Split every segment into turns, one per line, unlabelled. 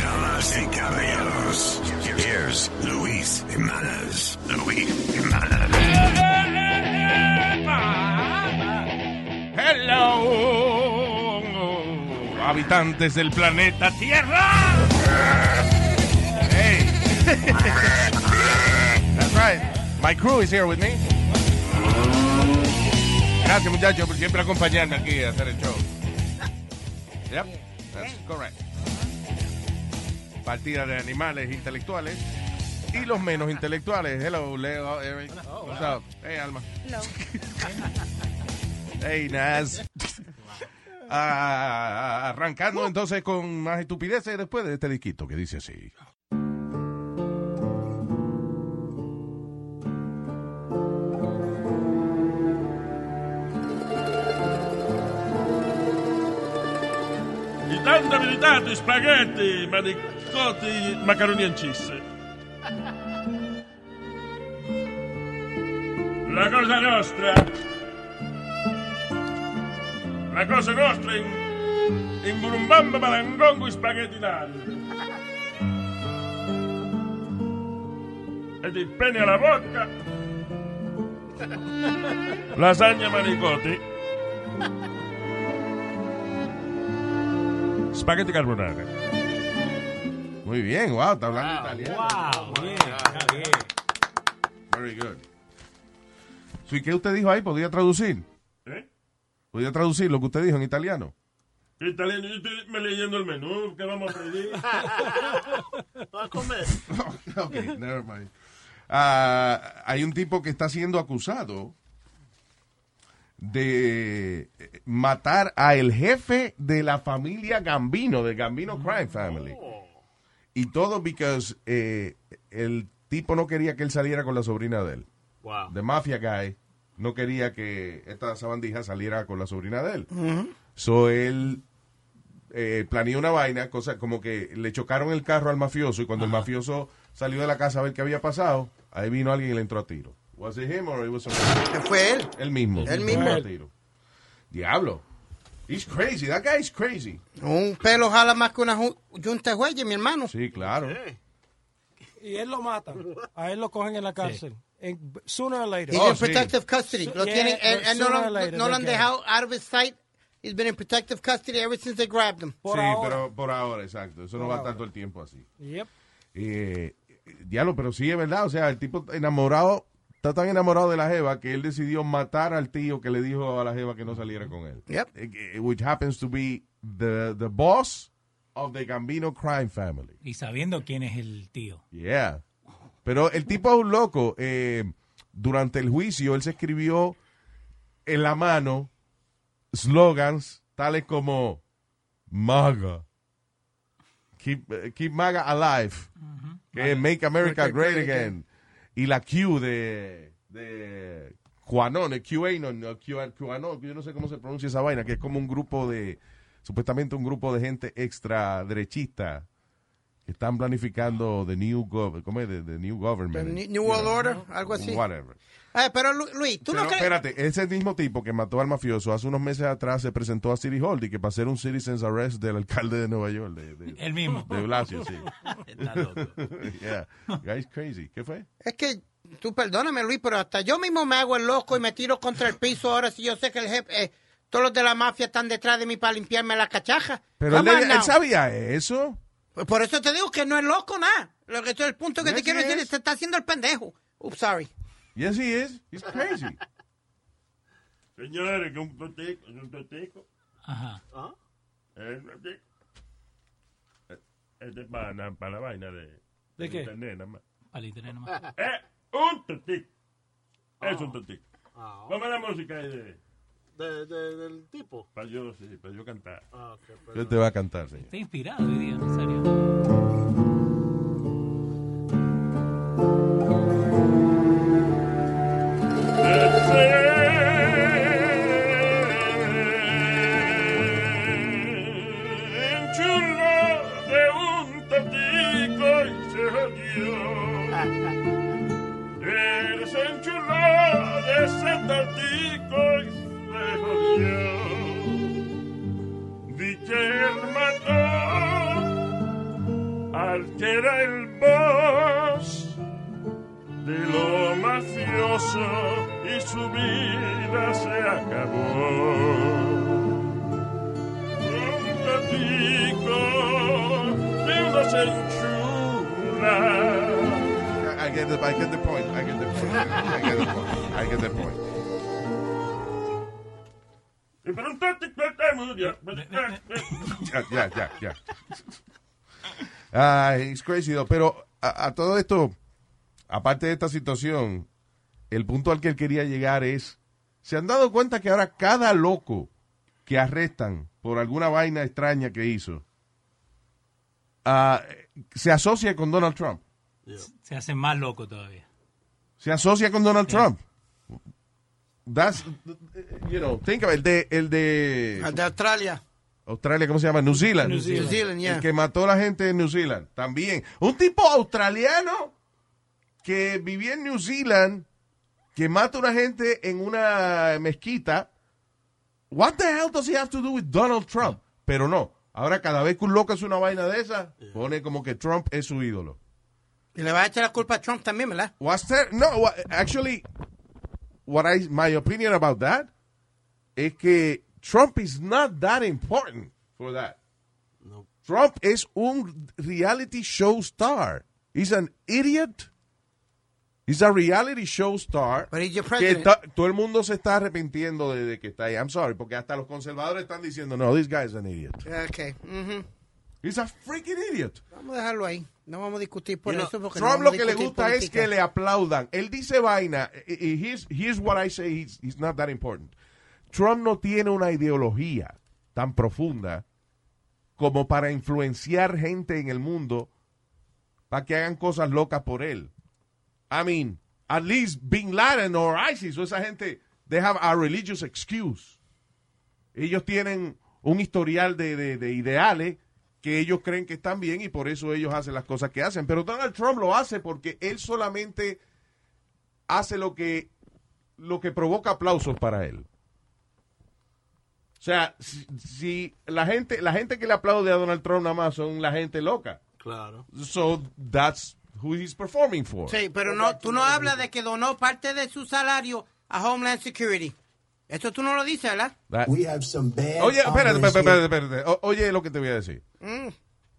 Damas y caballeros, here's Luis Jimenez. Luis Jimenez.
Hello, habitantes del planeta Tierra. Hey, that's right. My crew is here with me. Gracias, muchachos, por siempre acompañarme aquí a hacer el show. Yep, that's correct. Partida de animales intelectuales y los menos intelectuales. Hello, Leo, Eric. What's up? Hey, Alma. Hey, Naz. Ah, arrancando entonces con más estupideces después de este disquito que dice así.
di tanto militati spaghetti, manicotti, macaroni ancisse. La cosa nostra. La cosa nostra in, in burumbamba malangongo e spaghetti nani. Ed il pene alla bocca. Lasagna manicotti. Spaghetti carbonara.
Muy bien, wow, está hablando italiano. Very good. So, ¿Y qué usted dijo ahí? ¿Podría traducir?
¿Eh?
¿Podría traducir lo que usted dijo en italiano?
Italiano, yo estoy me leyendo el menú, ¿qué vamos a pedir?
ok, never mind. Ah, hay un tipo que está siendo acusado de eh, matar a el jefe de la familia Gambino, de Gambino Crime Family. Y todo because eh, el tipo no quería que él saliera con la sobrina de él.
Wow.
The Mafia Guy no quería que esta sabandija saliera con la sobrina de él. So él eh, planeó una vaina, cosa como que le chocaron el carro al mafioso y cuando el mafioso salió de la casa a ver qué había pasado, ahí vino alguien y le entró a tiro. Was it him or it was somebody?
Que fue él.
Él mismo.
Él mismo.
Le entró a tiro. Diablo. He's crazy. That guy is crazy.
Un pelo jala más que una ju- yunta de jueyes, mi hermano.
Sí, claro.
y él lo mata. A él lo cogen en la cárcel. En- sooner or later.
He's
Oh,
in
sí.
protective custody.
So-
lo
yeah,
tienen, él,
but
él no,
sooner
lo,
or later
no lo
they
han
get him.
dejado out of his sight. He's been in protective custody ever since they grabbed him.
por
sí,
ahora.
pero por ahora, exacto. Eso no va tanto el tiempo así.
Yep.
Eh, diablo, pero sí es verdad. O sea, el tipo enamorado, está tan enamorado de la Jeva que él decidió matar al tío que le dijo a la Jeva que no saliera con él.
Yep.
Eh, eh, Which happens to be the, the boss of the Gambino crime family.
Y sabiendo quién es el tío.
Yeah. Pero el tipo es un loco. Eh, durante el juicio, él se escribió en la mano slogans tales como MAGA. Keep, eh, keep MAGA alive. que es Make America Great Again. Y la Q de, de QAnon, eh, QAnon, eh, Q- QAnon, yo no sé cómo se pronuncia esa vaina, que es como un grupo de, supuestamente un grupo de gente extra derechista que están planificando the new, gov ¿cómo es? The, the new
The
government.
New New World Order, algo así.
Whatever.
Ah, pero Lu- Luis, tú
Pero
no crees.
espérate, ese mismo tipo que mató al mafioso hace unos meses atrás se presentó a City Hall y que para hacer un citizen's arrest del alcalde de Nueva York, de, de,
El mismo.
de Blasio, sí.
Está loco.
Yeah, guy's crazy. ¿Qué fue?
Es que tú perdóname, Luis, pero hasta yo mismo me hago el loco y me tiro contra el piso ahora si yo sé que el jefe, eh, todos los de la mafia están detrás de mí para limpiarme la cachaja.
Pero él,
Come on
él
now.
sabía eso.
Por eso te digo que no es loco nada. Lo que el punto que
Yes,
te quiero
he
decir
is.
es se está haciendo el pendejo. Oops, sorry.
Yes, he is. He's crazy.
Señores, que un toteco, es un toteco,
Ajá.
es un toteco. Este es para, na- para la vaina de,
¿De qué?
internet, nada más.
Palito, nena más.
Es un toteco. Es un toteco. Ponme la música ahí de,
Ah. de, de- del tipo.
para yo, sí, para yo cantar.
Ah, ok, pues.
Yo te voy a cantar, señor.
Estoy inspirado hoy día, en serio.
Deseo vida se acabó. Un platico de una senchura.
I, I get the, I get the point. I get the point. I get the point. I get the point.
Y por un platico de día.
Ya, ya, ya, ya. Ay, it's crazy, though. Pero a, a todo esto, aparte de esta situación, el punto al que él quería llegar es, ¿se han dado cuenta que ahora cada loco que arrestan por alguna vaina extraña que hizo, ah, se asocia con Donald Trump?
Se hace más loco todavía.
se asocia con Donald Trump. That's, you know, think of it, el de, el
Al
de
de Australia.
Australia, ¿cómo se llama? New Zealand.
New Zealand.
New Zealand, yeah.
El que mató a la gente en New Zealand, también. Un tipo australiano que vivía en New Zealand, que mata a una gente en una mezquita. What the hell does he have to do with Donald Trump? Pero no, ahora cada vez que un loco hace una vaina de esa, pone como que Trump es su ídolo.
Y le va a echar la culpa a Trump también, ¿verdad?
What's that? No, what, actually, what I my opinion about that es que Trump is not that important for that.
No.
Trump es un reality show star. He's an idiot. He's a reality show star.
But he's your
Que
president.
ta- todo el mundo se está arrepintiendo de, de que está ahí. I'm sorry, porque hasta los conservadores están diciendo, no, this guy is an idiot.
Ok. ujú.
He's a freaking idiot.
Vamos a dejarlo ahí. No vamos a discutir por
You know,
eso. Porque no vamos
Trump lo
a
que le
discutir
gusta es
política.
que le aplaudan. Él dice vaina. y- y Here's, here's what I say. He's, he's not that important. Trump no tiene una ideología tan profunda como para influenciar gente en el mundo para que hagan cosas locas por él. I mean, at least Bin Laden or ISIS o esa gente, they have a religious excuse. Ellos tienen un historial de, de- de ideales que ellos creen que están bien y por eso ellos hacen las cosas que hacen. Pero Donald Trump lo hace porque él solamente hace lo que, lo que provoca aplausos para él. O sea, si, si la gente la gente que le aplaude a Donald Trump nada más son la gente loca.
Claro.
So that's who he's performing for.
Sí, pero no, tú no hablas de que donó parte de su salario a Homeland Security. Esto tú no lo dices, ¿verdad?
That-
We have some bad.
Oye, espérate,
hombres
espérate,
here.
espérate, espérate. O- oye lo que te voy a decir.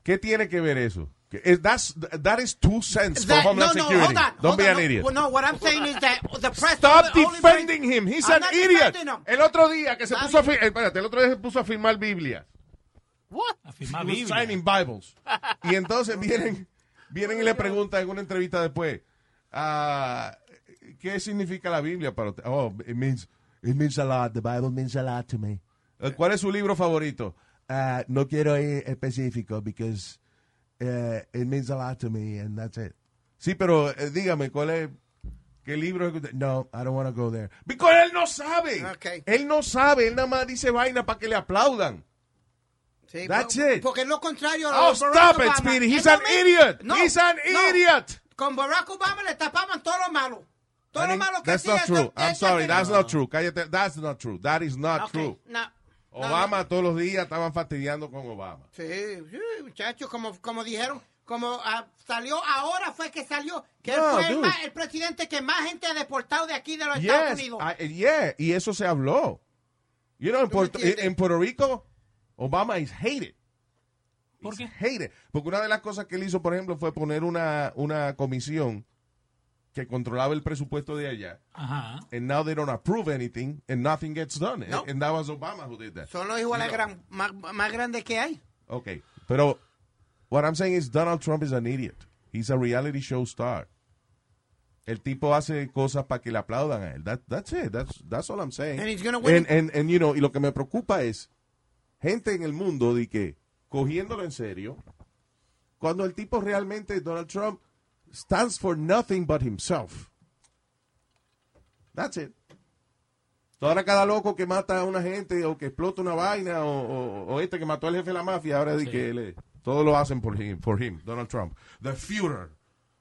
¿Qué tiene que ver eso? Que- eh, That's, that is two cents
That-
for Homeland
no, no,
Security.
hold on.
Don't
hold
be
on.
an
no,
idiot.
No, what I'm saying is that the press...
Stop
only- only
defending
brings-
him. He's
I'm
an
not
idiot.
defending him.
El otro día que se
Está
puso a, fi-
bien.
eh, espérate, el otro día se puso a firmar Biblia.
Afirma
He was
Biblia.
signing Bibles. Y entonces vienen, vienen y le preguntan en una entrevista después, ah, ¿qué significa la Biblia para usted? Oh, it means, it means a lot. The Bible means a lot to me. Eh, ¿Cuál es su libro favorito? Ah, no quiero ir específico because eh, it means a lot to me and that's it. Sí, pero eh, dígame, ¿cuál es? ¿Qué libro es que usted- No, I don't want to go there. Because él no sabe.
Ok.
Él no sabe. Él nada más dice vaina para que le aplaudan.
Sí,
That's
pero-
it.
Porque es lo contrario a lo
Oh,
de Barack
stop it,
Obama.
Speedy. He's
Él
an
me-
idiot. He's an idiot.
Con Barack Obama le tapaban todo lo malo. Todo lo
Honey,
malo que
that's
hacía,
not true.
eso-
I'm
eso
sorry,
que-
that's not true. Cállate, that's not true. That is not
Ok,
true.
no, no,
Obama todos los días estaban fastidiando con Obama.
Sí, sí, muchachos, como, como dijeron, como ah, salió ahora fue que salió, que él
No,
fue el,
dude.
más- el presidente que más gente ha deportado de aquí de los Estados
Yes,
Unidos.
I- yeah, y eso se habló. You know, en
¿Tú me
Puerto,
entiendes?
en Puerto Rico, Obama is hated.
¿Por qué?
Hated. Porque una de las cosas que él hizo, por ejemplo, fue poner una, una comisión que controlaba el presupuesto de allá.
Ajá.
And now they don't approve anything and nothing gets done.
No.
And, and that was Obama who did that.
Son los iguales gran- más, más grandes que hay.
Okay, pero what I'm saying is Donald Trump is an idiot. He's a reality show star. El tipo hace cosas para que le aplaudan a él. That- that's it. That's, that's all I'm saying.
And he's gonna win.
And, and- and, you know, y lo que me preocupa es gente en el mundo de que cogiéndolo en serio, cuando el tipo realmente, Donald Trump, stands for nothing but himself. That's it. So, Ahora cada loco que mata a una gente o que explota una vaina o, o- o este que mató al jefe de la mafia, ahora di que le, todo lo hacen por him, por him, Donald Trump. The Führer.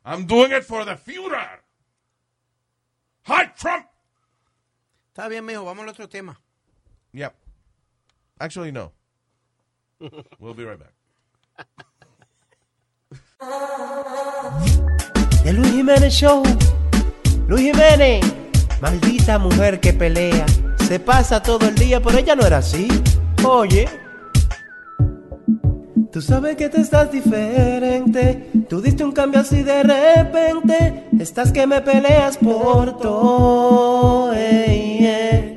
I'm doing it for the Führer. Hi, Trump.
Está bien, mijo, vamos al otro tema.
Yep. Actually, no. We'll be right back.
The Luis Jiménez Show. Luis Jiménez,
Maldita mujer que pelea, se pasa todo el día, pero ella no era así. Oye, tú sabes que te estás diferente, tú diste un cambio así de repente, estás que me peleas por todo. ey, ey.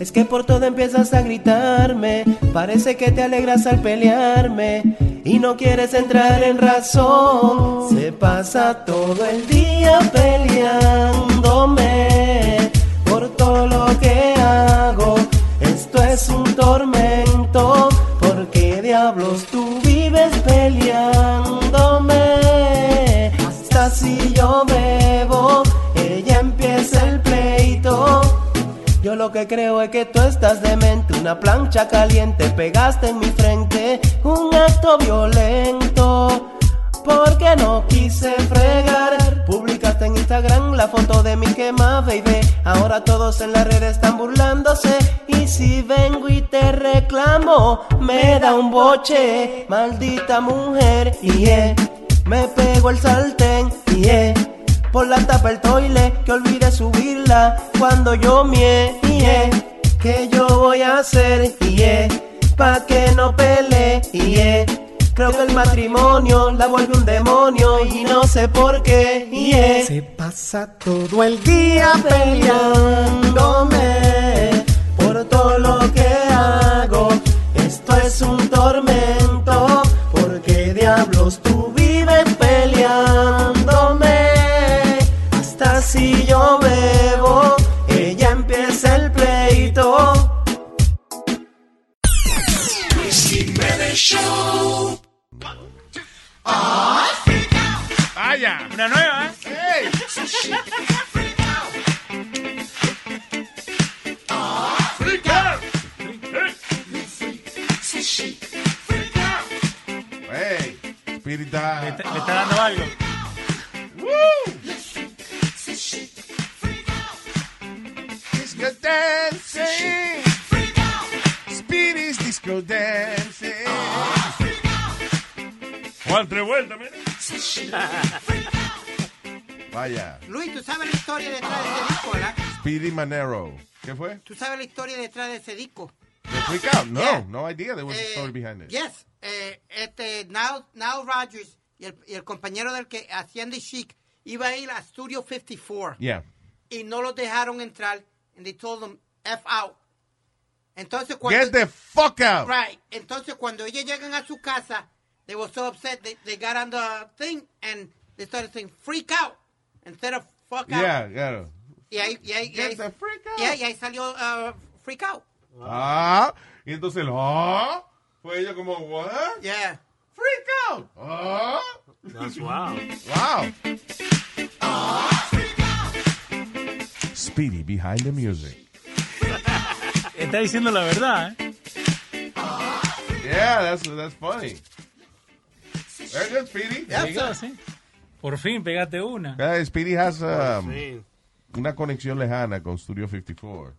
Es que por todo empiezas a gritarme, parece que te alegras al pelearme y no quieres entrar en razón. Se pasa todo el día peleándome por todo lo que hago. Esto es un tormento, porque diablos tú vives peleándome. Hasta si yo bebo, ella empieza el pleito. Yo lo que creo es que tú estás demente, una plancha caliente pegaste en mi frente, un acto violento. Porque no quise fregar, publicaste en Instagram la foto de mi quema, baby. Ahora todos en la red están burlándose. Y si vengo y te reclamo, me da un boche, maldita mujer. Y eh, me pego el sartén. Y eh, por la tapa el toile que olvidé subirla cuando yo mie yeah. que yo voy a hacer yeah. pa que no pelee yeah. creo que el matrimonio la vuelve un demonio y no sé por qué ¿eh? yeah. se pasa todo el día peleándome por todo lo que hago esto es un tormento porque diablos tú vives peleándome hasta si yo bebo ella empieza el pleito
¡Vaya!
Una nueva, ¿eh?
¡Hey! Espírita.
Te- Me está dando algo.
Disco dancing. Speed is disco dancing.
Juan, tres vueltas, mira.
Vaya.
Luis, ¿tú sabes la historia detrás de ese disco, verdad?
Speedy Manero. ¿Qué fue?
¿Tú sabes la historia detrás de ese disco?
The freak out? No,
Yeah.
no idea. There was a
Eh,
story behind it.
Yes. Eh, este, now, now Rogers y el, y el compañero del que hacían de Chic iba a ir a Studio 54
Yeah.
y no los dejaron entrar. And they told them, F out. Entonces, cuando,
Get the fuck out.
Right. Entonces, cuando ellos llegan a su casa, they were so upset, they, they got on the thing and they started saying, freak out, instead of fuck
Yeah,
out.
yeah.
Y ahí, y ahí, y
Get
ahí,
the freak out.
yeah, y ahí salió uh, freak out.
Ah, y entonces el ah, fue ellos como, what?
Yeah.
Freak out. Ah,
That's wow.
wow. Speedy behind the music.
Está diciendo la verdad, ¿eh?
Yeah, that's that's funny. Very good, Speedy.
Te digo, sí. Por fin pegaste una.
Uh, Speedy has um,
Sí.
una conexión lejana con Studio 54.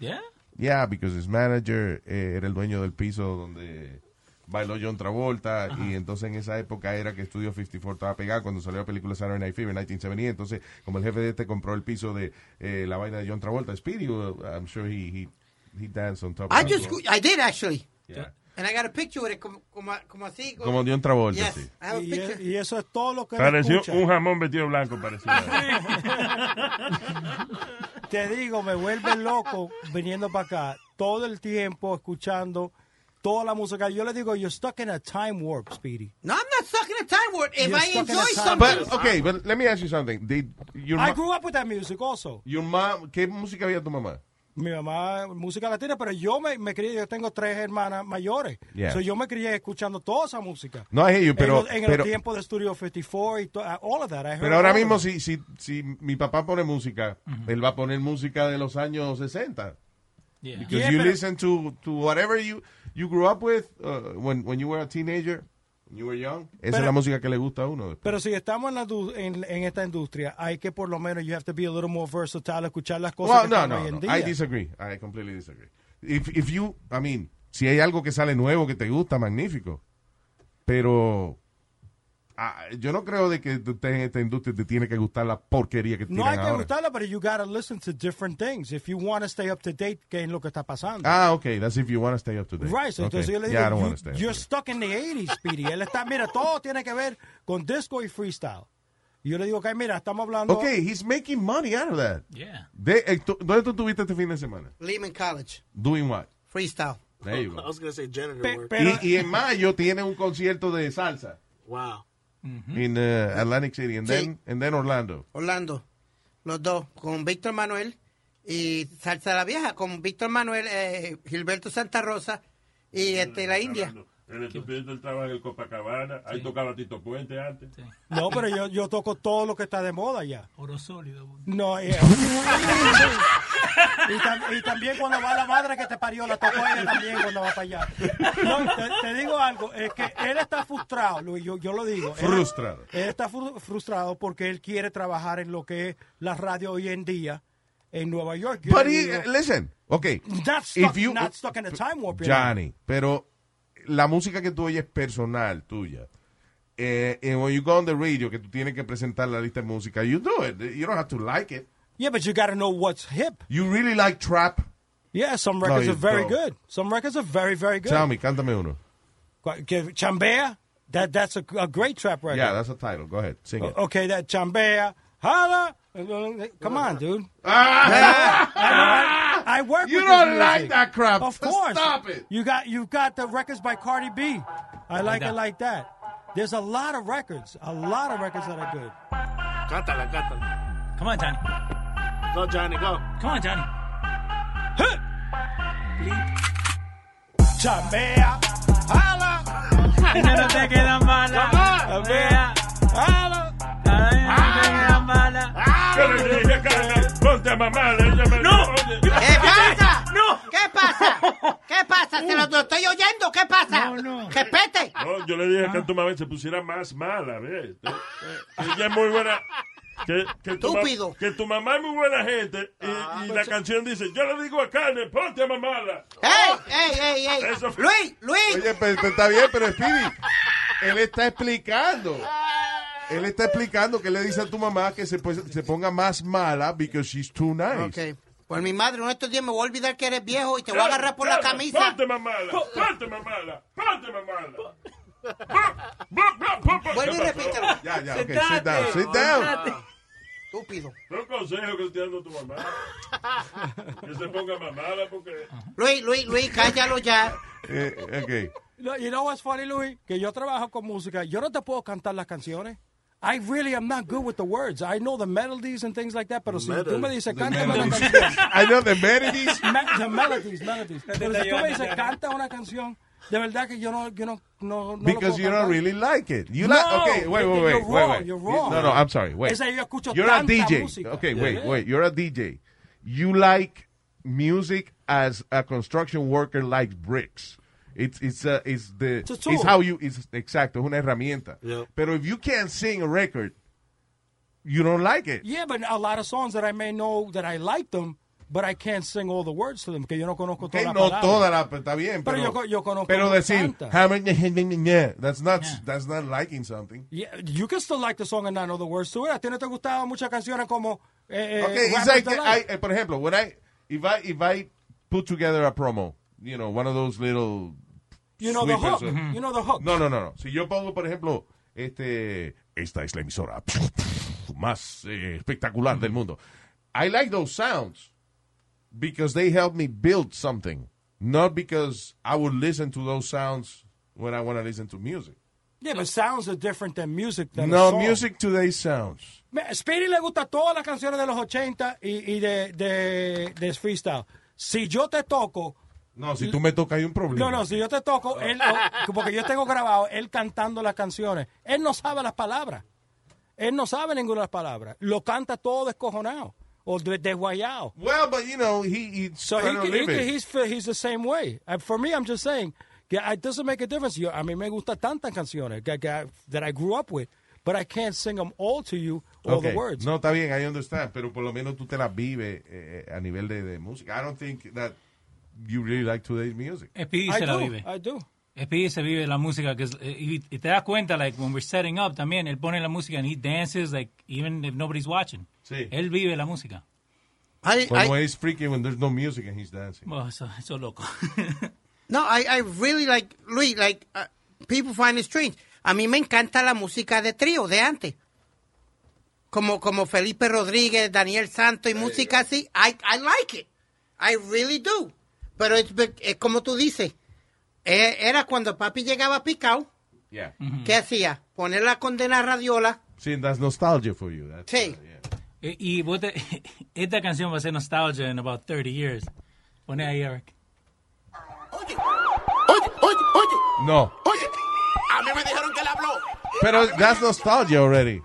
¿Ya?
Yeah, because his manager eh, era el dueño del piso donde bailó John Travolta y entonces en esa época era que Studio 54 estaba pegado cuando salió la película Saturday Night Fever en 1970 entonces como el jefe de este compró el piso de eh, la vaina de John Travolta Speedy uh, I'm sure he he, he danced on top
I
of
just,
it.
I did actually.
Yeah.
And I got a picture with it, como, como, como así.
como John Travolta
yes,
sí.
I have a
Y, e-
picture.
y eso es todo lo que él
Pareció
escucha.
un jamón vestido blanco, pareció.
Te digo, me vuelve loco viniendo para acá todo el tiempo escuchando toda la música. Yo le digo, you're stuck in a time warp, Speedy.
No, I'm not stuck in a time warp. If
You're
I
stuck in a
enjoy
time
something,
but okay but let me ask you something Did your,
I
ma-
grew up with that music also.
your mom ¿qué música había tu mamá?
Mi mamá, música latina, pero yo me, me crié, yo tengo tres hermanas mayores.
Yeah.
So yo me crié escuchando toda esa música.
No, I hear you, pero-
En, los- en
pero-
el tiempo de Studio 54 y to- uh, all of that. I heard
Pero ahora
all of
mismo,
it.
si, si, si mi papá pone música, él va a poner música de los años 60.
Yeah.
Because
Yeah,
you
pero-
listen to, to whatever you, you grew up with uh, when, when you were a teenager, when you were young. Esa es
Pero-
la música que le gusta a uno.
Pero si estamos en, la du- en, en esta industria, hay que por lo menos, you have to be a little more versatile, escuchar las cosas
Well,
que
no,
están
no,
hoy en
no.
día.
I disagree. I completely disagree. If, if you, I mean, si hay algo que sale nuevo que te gusta, magnífico. Pero ah, yo no creo de que tú estés en esta industria te tiene que gustar la porquería que
No
tiran
hay que
ahora.
gustarla, pero you gotta listen to different things if you want to stay up to date que en lo que está pasando.
Ah, ok, that's if you want to stay up to date.
Right, so
Ok.
entonces yo le digo,
Yeah, I don't
you-
wanna stay up to
you're
date.
stuck in the 80s, Speedy. Él está, mira, todo tiene que ver con disco y freestyle. Y yo le digo, ok, mira, estamos hablando...
Ok, he's making money out of that.
Yeah.
De, eh, tú- ¿Dónde tú estuviste este fin de semana?
Lehman College,
Doing what?
freestyle.
There you
I
go.
was going to say janitor
Pe-
work.
pero-
y, y en mayo tiene un concierto de salsa
wow.
en Mm-hmm. uh, Atlantic City and then, and then Orlando.
Orlando, los dos, con Víctor Manuel y Salsa la Vieja, con Víctor Manuel, eh, Gilberto Santa Rosa y este, la India.
El estudiante él trabaja en el Copacabana. Ahí tocaba Tito Puente antes.
No, pero yo, yo toco todo lo que está de moda ya.
Oro sólido. güey.
No, eh. yeah. y, tam- y también cuando va la madre que te parió, la tocó ella también cuando va para allá. No, te, te digo algo, es que él está frustrado, Luis, yo, yo lo digo. Él-
Frustrado.
Él, está fru- frustrado porque él quiere trabajar en lo que es la radio hoy en día en Nueva York. Yo
But
le
he-
digo,
listen, ok.
not, stuck,
if you- oh,
not stuck in a time warp. you know.
Johnny, pero la música que tú oyes es personal tuya. Eh, and when you go on the radio, que tú tienes que presentar la lista de música, you do it. You don't have to like it.
Yeah, but you gotta know what's hip.
You really like trap.
Yeah, some records
you
are very
don't.
good. Some records are very, very good.
Tell me, cántame uno.
Cu- que- Chambea, that, that's a, a great trap record.
Yeah, that's a title. Go ahead, sing it.
Okay, that chambea. Holla. Come on, dude. I, I work
You
with
don't
this
like
music.
that crap.
Of course.
Stop it.
You got you got the records by Cardi B. I like it
that.
like that. There's a lot of records, a lot of records that are good.
Cántala, cántala.
Come on, Johnny.
Go, Johnny, go.
Come on, Johnny.
Chambea, holla,
Y no te quedan balas. Chambea.
holla.
Ah.
Ay, no te quedan balas.
Yo le dije, "Carla, ponte a mamar. Ella me
¡No!
responde,
¿Qué pasa?
No.
¿Qué pasa? ¿Qué pasa? ¿Se lo estoy oyendo? ¿Qué pasa?
No, no.
Respete.
No, yo le dije que tu mamá se pusiera más mala, ¿ves? Eh, Ella es muy buena. Que, que tu ma-
Estúpido. Ah, pues
que tu mamá es muy buena gente. Y, y la canción dice, yo le digo a Carne, ponte a mamarla.
¡Ey, ey, ey, ey!
Eso fue-
Luis, Luis.
Oye, pero, pero está bien, pero Speedy, él está explicando. Él está explicando que le dice a tu mamá que se, pues- se ponga más mala because she's too nice.
Ok. Por mi madre, uno de estos días me voy a olvidar que eres viejo y te voy a agarrar por la
Carla,
camisa.
Ponte mamarla, ponte mamarla, ponte mamarla. Bla, bla, bla, bla, bla.
Vuelve y
¿Qué pasó?
repítelo.
Ya, ya, ok, sit down, sit down.
Estúpido.
Fue un consejo que estoy dando a tu mamá. Que se ponga mamada porque...
Luis, Luis, Luis, cállalo ya.
Eh, ok.
No, you know what's funny, Louis? Que yo trabajo con música. Yo no te puedo cantar las canciones. I really am not good with the words. I know the melodies and things like that, pero si tú me dices, cántame la canción.
I know the melodies.
Me- the melodies, melodies. Pero si tú me
llevando,
dices,
Diana.
canta una canción, de verdad que yo no, yo no, no, no lo
Because
puedo
you
cantar.
don't really like it. You
No,
like okay, wait, wait,
you're
wait, wait,
wrong,
wait.
you're wrong.
No, no, I'm sorry. Wait.
Esa yo escucho
you're
tanta
a DJ.
música.
Okay,
Yeah.
wait, wait. You're a DJ. You like music as a construction worker likes bricks. It's it's uh, it's the
It's a tool.
it's how you it's exacto, es una herramienta.
Yeah.
Pero if you can't sing a record, you don't like it.
Yeah, but a lot of songs that I may know that I like them, but I can't sing all the words to them, que yo no conozco
Que
todas las
no
palabras.
toda la está bien,
Pero
pero
yo co- yo conozco
pero
una
decir
santa.
"Hammer, ñe, ñe, ñe, ñe", that's not that's not liking something.
Yeah, you can still like the song and not know the words to it. A ti no te gustaban muchas canciones como eh, eh,
Okay,
Rapper's
it's like I,
Delight.
eh, por ejemplo, when I if I if I put together a promo, you know, one of those little
you know the hook. Mm-hmm.
sweepers, uh,
You know the hook.
No, no, no, no. Si yo pongo, por ejemplo, este esta es la emisora más eh, espectacular
Mm-hmm.
del mundo. I like those sounds because they help me build something, not because I would listen to those sounds when I want to listen to music.
Yeah, but sounds are different than music. Than a
No,
song.
music today sounds.
Me- Speedy le gusta todas las canciones de los 80 y, y de, de, de freestyle. Si yo te toco,
No, si tú me tocas hay un problema.
no, no, si yo te toco, él, o- porque yo tengo grabado él cantando las canciones. Él no sabe las palabras. Él no sabe ninguna de las palabras. Lo canta todo descojonado o de- desguayado.
Well, but you know, he, he
So he,
trying to
can- he
live
can-
it.
he's, fe- he's the same way. And for me, I'm just saying, que uh, it doesn't make a difference. Yo, a mí me gustan tantas canciones que- que- that I grew up with, but I can't sing them all to you, all
Okay.
the words.
No, está bien, I understand, pero por lo menos tú te las vives eh, eh, a nivel de, de música. I don't think that you really like today's music.
Speedy
I
se la
do,
vive.
I do.
Speedy se vive la música que es- eh, y, y te das cuenta like when we're setting up también él pone la música and he dances like even if nobody's watching.
Sí.
Él vive la música.
I,
Como
I-
he's freaking when there's no music and he's dancing.
Bueno, Oh, eso, eso es loco.
no, I, I really like, Luis, like, uh, people find it strange. A mí me encanta la música de trío de antes. Como, como Felipe Rodríguez, Daniel Santos y música así. I, I like it. I really do. Pero es, be- es como tú dices. eh, Era cuando papi llegaba picado.
Yeah.
Mm-hmm.
¿Qué hacía? Poner la condena a radiola.
See, that's nostalgia for you. That's,
Sí.
uh, yeah.
y Eh, y vos te- esta canción va a ser nostalgia in about 30 years. Pone ahí Eric.
No. Pero that's nostalgia already.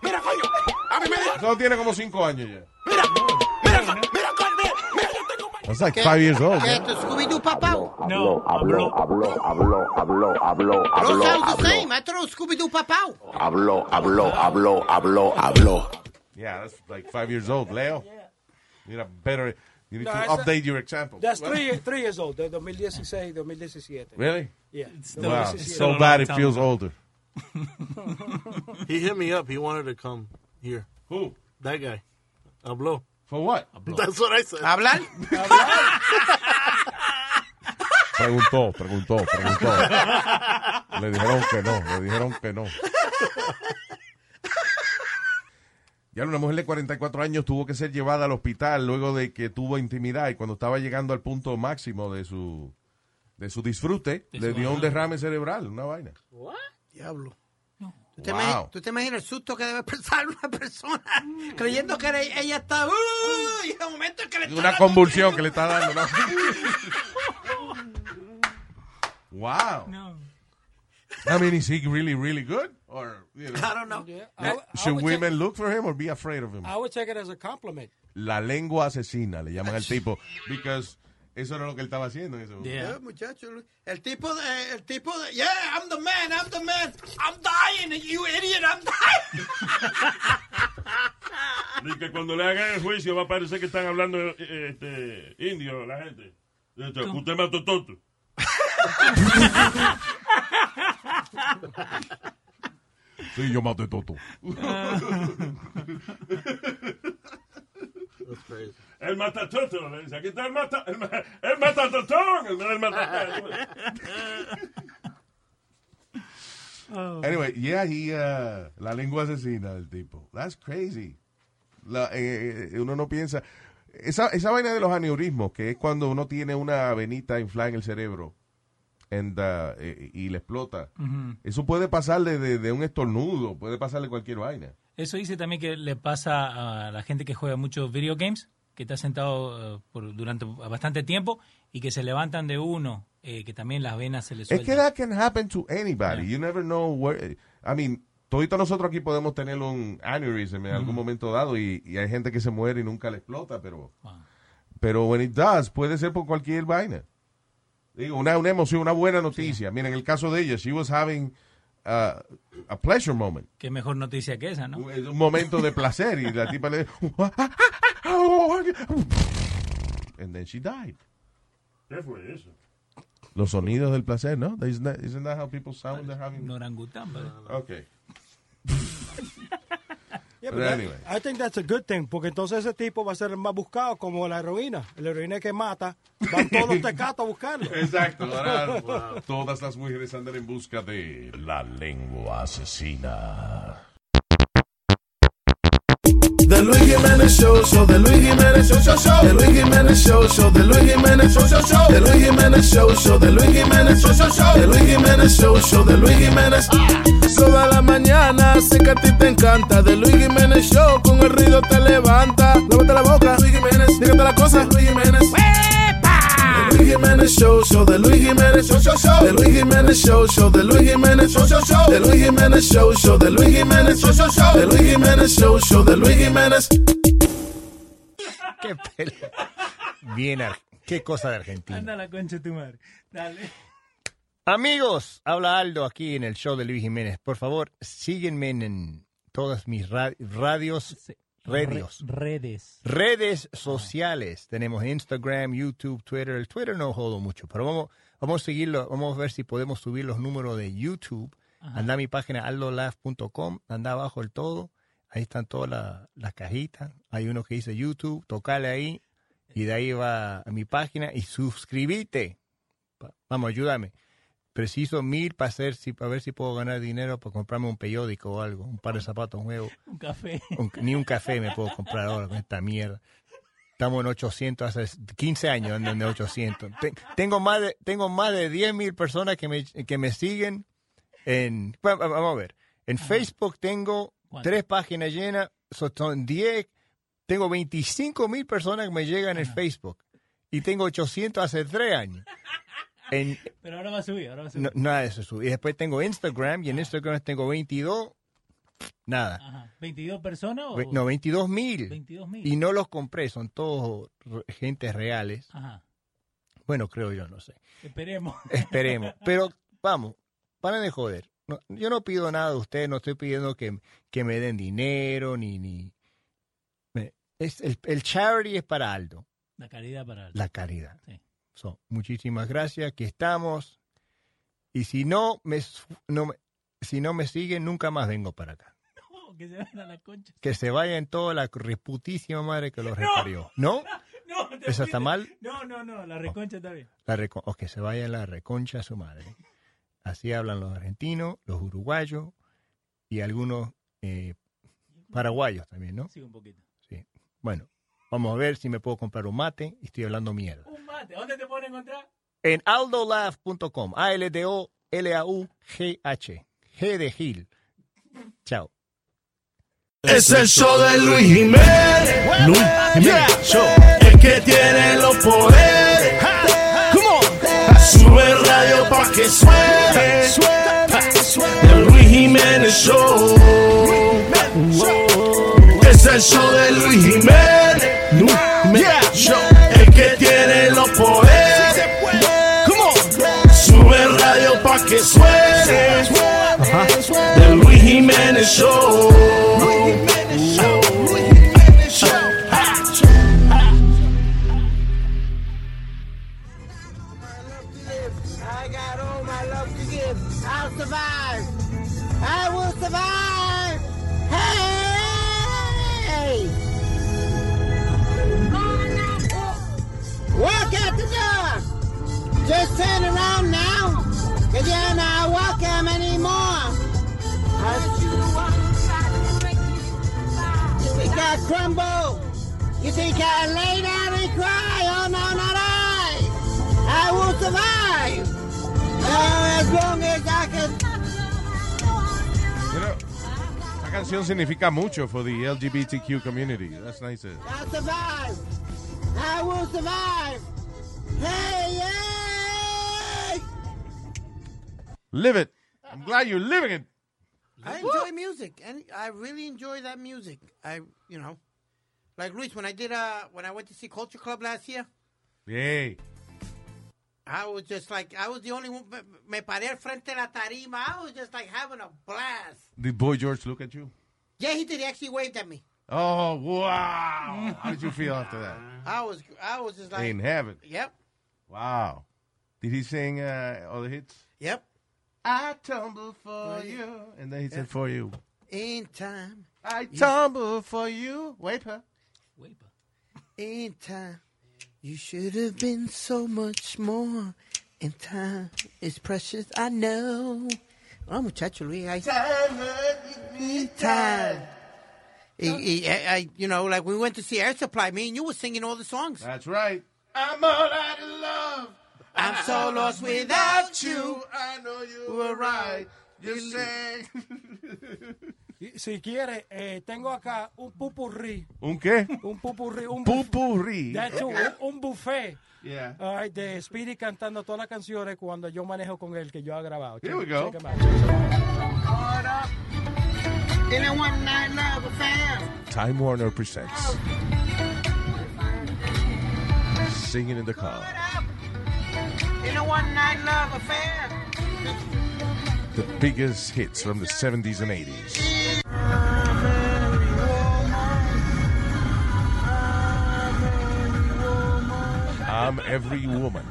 Eso tiene como cinco años ya. That's like five years old.
Eh,
¿Qué es
man.
esto? Scooby-Doo, papá.
No, habló.
No sounds the same. I thought Scooby-Doo, papá.
Yeah, that's like five years old. Leo, you need a better. You need
No,
to
that's
update your example.
That's three, three years old, de 2016, 2017.
Really?
Yeah.
Still-
Wow.
it's still a
So
long
bad it
time
feels
ago.
older.
He hit me up. He wanted to come here.
Who?
That guy. Habló.
For what?
That's what I said.
¿Hablar?
Preguntó, preguntó, preguntó. Le dijeron que no, le dijeron que no. Ya una mujer de 44 años tuvo que ser llevada al hospital luego de que tuvo intimidad y cuando estaba llegando al punto máximo de su de su disfrute,
De
le
su-
dio un
ajá.
derrame cerebral, una vaina.
Diablo. ¿Tú te,
Wow.
imagi- tú te imaginas el susto que debe pasar una persona creyendo que era- ella está... ¡Uy! y en el momento que le está
Una
dando-
convulsión que le está dando. ¿no? wow.
No.
I mean, is he really, really good? Or, you know,
I don't know.
I would- I
should
would
women
take-
look for him or be afraid of him?
I would take it as a compliment.
La lengua asesina, le llaman al tipo. Because eso era lo que él estaba haciendo. en ese momento.
Yeah.
Eh, muchacho, Luis. el tipo de, eh, el tipo de, yeah, I'm the man, I'm the man, I'm dying, you idiot, I'm dying.
Y que cuando le hagan el juicio va a parecer que están hablando eh, este, indio la gente. Este, Usted mató tonto.
Sí, yo maté Toto.
El matatoto, le dice, aquí está el mata, el, ma- el matatotón, el, el matatotón.
Oh.
Anyway, yeah, he, uh, la lengua asesina del tipo. That's crazy. La- eh, eh, uno no piensa. Esa, esa vaina de los aneurismos, que es cuando uno tiene una venita inflada en el cerebro and, uh, eh, y le explota.
Mm.
Mm-hmm.
Eso puede pasarle de, de un estornudo, puede pasarle cualquier vaina.
Eso dice también que le pasa a la gente que juega muchos video games, que está sentado eh, por, durante bastante tiempo y que se levantan de uno, eh, que también las venas se les
Es
sueltan.
que that can happen to anybody. You never know where. I mean, todito nosotros aquí podemos tener un aneurysm en algún momento dado y, y hay gente que se muere y nunca le explota, pero.
Wow.
Pero when it does, puede ser por cualquier vaina. Digo, una, una emoción, una buena noticia. Mira, en el caso de ella, she was having uh, a pleasure moment.
Qué mejor noticia que esa, ¿no?
Un, un momento de placer y la tipa le. And then she died.
¿Qué fue eso?
Los sonidos del placer, ¿no? Isn't that, isn't that how people sound when they're having.
Norangután, ¿vale?
Okay.
Yeah,
But
but that-
anyway.
I think that's a good thing, porque entonces ese tipo va a ser el más buscado como la heroína. La heroína que mata, van todos los tecatos a buscarlo.
Exacto. Ahora todas las mujeres andan en busca de la lengua asesina.
The Luis Jimenez Show, show, The Luis Jimenez Show, show, show. The Luis Jimenez Show, show, The Luis Jimenez Show, show, show. The Luis Jimenez Show, show, The Luis Jimenez Show, show, show. The Luis Jimenez Show, show, The Luis Jimenez. Toda la mañana, sé que a ti te encanta. The Luis Jimenez Show, con el ruido te levanta. Lávate la boca, Luis Jiménez. Dígate la cosa, Luis Jiménez. The Luis Jimenez Show, show, The Luis Jimenez Show, show, show. The Luis Jimenez Show, show, The Luis Jimenez Show, show, show. The Luis Jimenez Show, show, The Luis Jimenez Show, show, show. The Luis Jimenez Show, show, The Luis Jimenez.
Qué pelo. Bien, ar- qué cosa de Argentina.
Anda la concha de tu madre. Dale.
Amigos, habla Aldo aquí en el show de Luis Jiménez. Por favor, síguenme en, en todas mis ra- radios, Redios.
redes.
Redes sociales. Tenemos Instagram, YouTube, Twitter. El Twitter no jodo mucho, pero vamos, vamos a seguirlo. Vamos a ver si podemos subir los números de YouTube.
Ajá.
Anda a mi página aldolaf.com. Anda abajo el todo. Ahí están todas la- las cajitas. Hay uno que dice YouTube. Tocale ahí. Y de ahí va a mi página y suscribite. Pa- Vamos, ayúdame. Preciso mil para hacer si, para ver si puedo ganar dinero para comprarme un periódico o algo, un par de zapatos nuevos.
Un café.
Un- ni un café me puedo comprar ahora con esta mierda. Estamos en 800, hace 15 años ando en 800. Te- tengo más de, tengo más de 10 mil personas que me, que me siguen en... va- va- Vamos a ver. En Facebook tengo
¿Cuánto?
tres páginas llenas, so- son 10. Tengo 25 mil personas que me llegan en Facebook. Y tengo 800 hace tres años. En,
Pero ahora va a subir, ahora va a subir.
no- nada de eso. sub- Y después tengo Instagram y en Instagram tengo 22. Nada.
Ajá. ¿22 personas o...?
Ve- No, 22 mil.
22.000.
Y no los compré, son todos re- gentes reales.
Ajá.
Bueno, creo yo, no sé.
Esperemos.
Esperemos. Pero vamos, para de joder. No, yo no pido nada de ustedes, no estoy pidiendo que, que me den dinero, ni... ni me- es el, el charity es para Aldo,
La caridad para...
la caridad.
Sí.
So, muchísimas gracias, aquí estamos. Y si no me, su- no me- si no me siguen, nunca más vengo para acá.
No, que se vayan a la concha.
Que se vaya en toda la reputísima madre que los reparió. ¿No?
No, te
¿Eso está
fuiste.
mal?
No, no, no, la reconcha está bien.
La reco- o que se vaya la reconcha a su madre. Así hablan los argentinos, los uruguayos y algunos eh, paraguayos también, ¿no?
Sí, un poquito.
Bueno, vamos a ver si me puedo comprar un mate y estoy hablando mierda.
Un mate, ¿dónde te pueden encontrar?
En aldolaf.com, A-L-D-O-L-A-U-G-H, G de Gil. Chao.
Es el show de Luis Jiménez. Luis Jiménez Show. El que tiene los poderes. Sube el radio pa' que suene. El Luis Jiménez Show. Es el show de Luis Jiménez. Luis Jiménez Show. El que tiene los poderes. Sube el radio pa' que suene. El Luis Jiménez Show. Ah.
I got all my love to give. I'll survive. I will survive. Hey! Walk out the door. Just turn around now. Cause you're not welcome anymore. You think I crumble? You think I lay down and cry? Oh no, not I! I will survive! Oh, as long as I can.
Pero, esa canción significa mucho for the LGBTQ community. That's nice. eh.
I'll survive! I will survive! Hey, hey!
Live it. I'm glad you're living it.
I enjoy music, and I really enjoy that music. I, you know, like Luis, when I did, uh, when I went to see Culture Club last year,
Yay.
I was just like, I was the only one. Me paré al frente de la tarima. I was just like having a blast.
Did Boy George look at you?
Yeah, he did. He actually waved at me.
Oh, wow. How did you feel after that?
I was, I was just like,
In heaven.
yep,
Wow. Did he sing uh, all the hits?
yep.
I tumble for you. And then he said, for you.
In time,
I tumble for you. Waiter.
Huepa.
in time, you should have been so much more. And time is precious. I know. Oh, muchacho, Luis, I time. He- he- I, I- you know, like we went to see Air Supply. Me and you were singing all the songs.
That's right. I'm all out of love.
I'm so lost without you.
I know you were right. You sang.
Y Si quiere, eh, tengo acá un pupurrí,
¿Un qué?
un pupurrí, un buffet.
Pupurri.
De hecho, un, un buffet
Yeah.
all right, de Speedy cantando todas las canciones cuando yo manejo con él que yo he grabado.
Here we go.
Check him out, check him out.
uh,
In a one night love affair.
Time Warner presents. Singing in the car.
In a one night love affair.
The biggest hits from the 70s and 80s. calm every woman.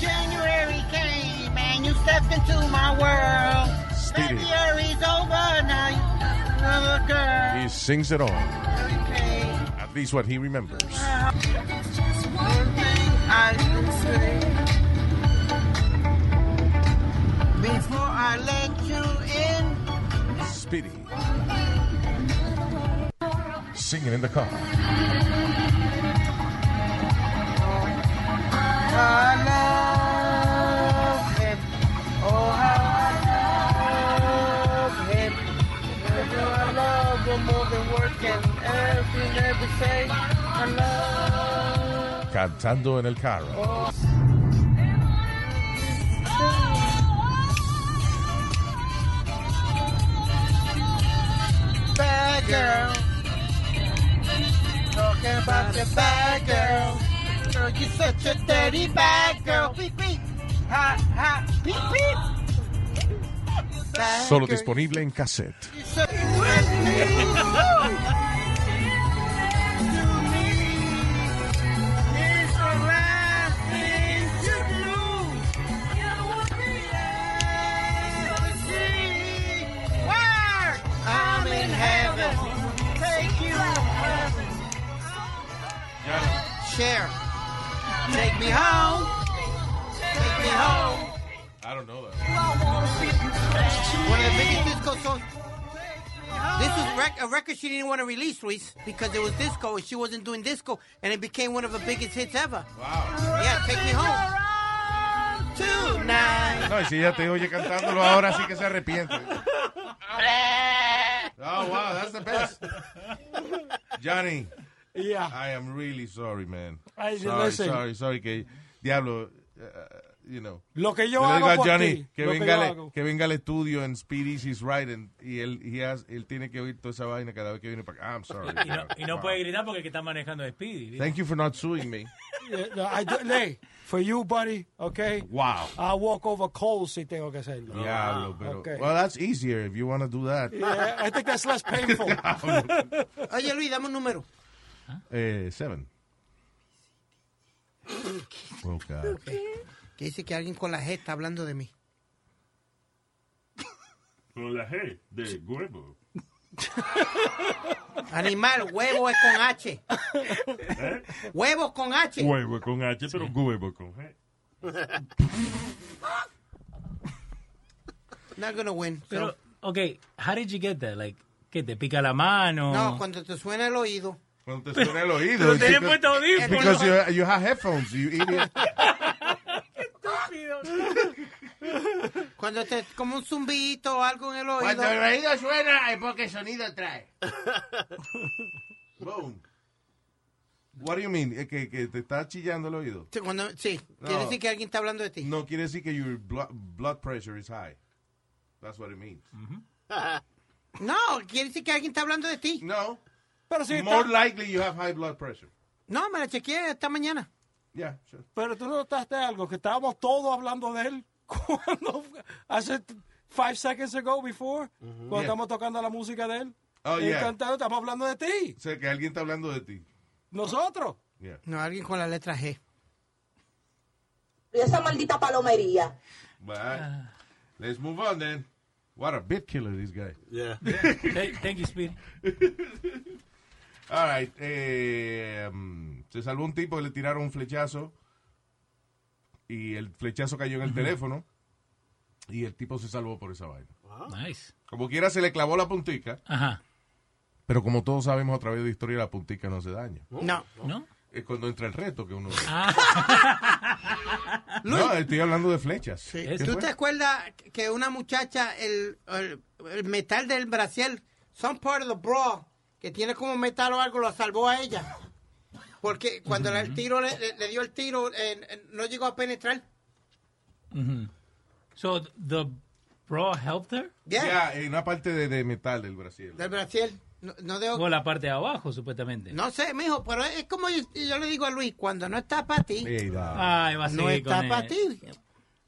January came and you stepped into my world.
Speedy.
February's over now. you- Another girl.
He sings it all. At least what he remembers.
I can say. Before I let you in,
Speedy. Singing in the car.
I love him. Oh, how I love him. You know I love him more than words can ever, ever say. I love
Cantando en el carro.
Bad girl. Talking about your bad girl. Girl, you such a dirty bad girl. Beep beep. Ha ha. Beep beep. Bad
Solo
girl,
disponible en cassette.
you such- To me, it's the last thing to do. You will be able to see where I'm in heaven. Take you to heaven. Share. Take me home. Take me home.
I don't know
One of the biggest disco songs. This was rec- a record she didn't want to release, Luis, because it was disco and she wasn't doing disco, and it became one of the biggest hits ever. Wow. Yeah, take me home. Tonight.
No, y si ella te oye cantándolo ahora, sí que se arrepiente. Oh, wow, that's the best. Johnny.
Yeah.
I am really sorry, man.
Ay,
sorry,
listen.
sorry, sorry, que diablo, uh, you know.
Lo que yo
le digo
hago
a
por
Johnny
ti,
que
lo que yo
venga, al- e-,
hago.
que venga al estudio en Speedy's is right and, y él he has- él tiene que oír toda esa vaina cada vez que viene para acá. I'm sorry.
Y no, y no
Wow.
puede gritar porque el que está manejando es Speedy. ¿viste?
Thank you for not suing me.
Yeah, no, I do- Ley, for you, buddy, okay?
Wow.
Ah,
I walk over coals si tengo que hacerlo.
Diablo, pero
Okay.
well, that's easier if you want to do that.
Yeah, I think that's less painful.
Oye, Luis, dame un número.
Eh, seven. Oh God.
Que dice que alguien con la G está hablando de mí.
Con la G de huevo.
Animal, huevo es con H. Huevo con H.
Huevo con H, pero huevo con G.
Not gonna win. so.
Pero, ok, how did you get that? Like, ¿qué te pica la mano?
No, cuando te suena el oído.
Cuando te suena el oído. pues,
Pero tenés
because-
puesto audífonos.
Because you, you have headphones, you idiot.
Cuando te como un zumbito o algo en el oído.
Cuando el
oído suena, es porque sonido trae.
Boom. What do you mean? Eh, Que, que te está chillando el oído.
Sí, cuando, sí.
No.
quiere decir que alguien está hablando de ti.
No quiere decir que your blood, blood pressure is high. That's what it means.
No, quiere decir que alguien está hablando de ti.
No.
Pero si
More
está-
likely you have high blood pressure.
No, me la chequeé esta mañana.
Yeah, sure.
Pero tú notaste algo, que estábamos todos hablando de él cuando hace t- five seconds ago before, cuando
Yeah.
estamos tocando la música de él.
Oh,
y
yeah.
cantando, estamos hablando de ti,
O sea, que alguien está hablando de ti.
nosotros.
Yeah.
No, alguien con la letra G.
Esa maldita palomería.
But
Ah.
let's move on then. What a bit killer this guy.
Yeah.
Thank- thank you, Speedy.
All right. eh, mm, se salvó un tipo que le tiraron un flechazo y el flechazo cayó en el teléfono y el tipo se salvó por esa vaina.
Ah.
Nice.
Como quiera se le clavó la puntica,
Ajá.
pero como todos sabemos a través de la historia la puntica no se daña.
No.
¿No? Ah.
Es cuando entra el reto que uno...
Luis.
No, estoy hablando de flechas. ¿Qué
¿Tú
fue?
te acuerdas que una muchacha, el, el, el metal del brasier, some part of the bra, que tiene como metal o algo, lo salvó a ella? Porque cuando el tiro le, le- le dio el tiro, eh, eh, no llegó a penetrar.
Ujú. So, the bra helped her?
Yeah,
Ya, Ah, en una parte de, de metal del Brasil.
Del brasier. No, no dejó-
O la parte de abajo, supuestamente.
No sé, mijo, pero es como yo, yo le digo a Luis, cuando no está para ti,
Hey, da.
Ay, va a
no
seguir con
está
él.
para ti.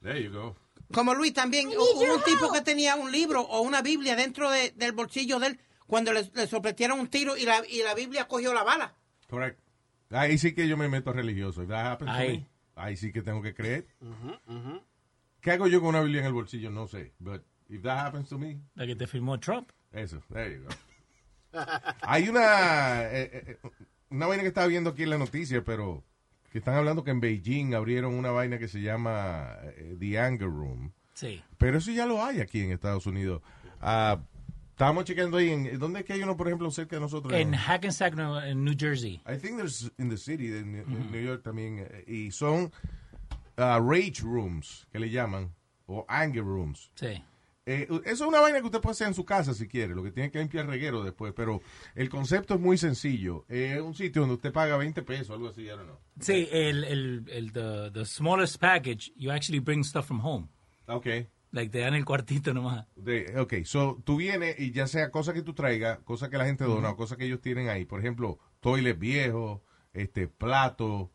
There you go.
Como Luis también, hu- hubo un tipo que tenía un libro o una Biblia dentro de- del bolsillo de él. cuando le, le sopletieron un tiro y la, y la Biblia cogió la bala.
Correcto. Ahí sí que yo me meto religioso. If that happens to
Ahí.
me, ahí sí que tengo que creer. ¿Qué hago yo con una Biblia en el bolsillo? No sé. But if that happens to me.
La que te firmó Trump.
Eso, there you go. Hay una, eh, eh, una vaina que estaba viendo aquí en la noticia, pero que están hablando que en Beijing abrieron una vaina que se llama eh, The Anger Room.
Sí.
Pero eso ya lo hay aquí en Estados Unidos. Ah, estábamos chequeando ahí. En, ¿Dónde es que hay uno, por ejemplo, cerca de nosotros?
En Hackensack, Nueva- en New Jersey.
I think there's in the city, en New- en New York también. eh, Y son ah, rage rooms, que le llaman, o anger rooms.
Sí.
Eh, eso es una vaina que usted puede hacer en su casa si quiere, lo que tiene que limpiar reguero después, pero el concepto es muy sencillo. Eh, Es un sitio donde usted paga 20 pesos, algo así, ya no.
Sí, el, el, el the, the smallest package, you actually bring stuff from home.
Okay.
Like te dan el cuartito nomás.
De, ok, so tú vienes y ya sea cosa que tú traigas, cosa que la gente dona
Ujú.
o cosa que ellos tienen ahí, por ejemplo, toiles viejos, este, platos,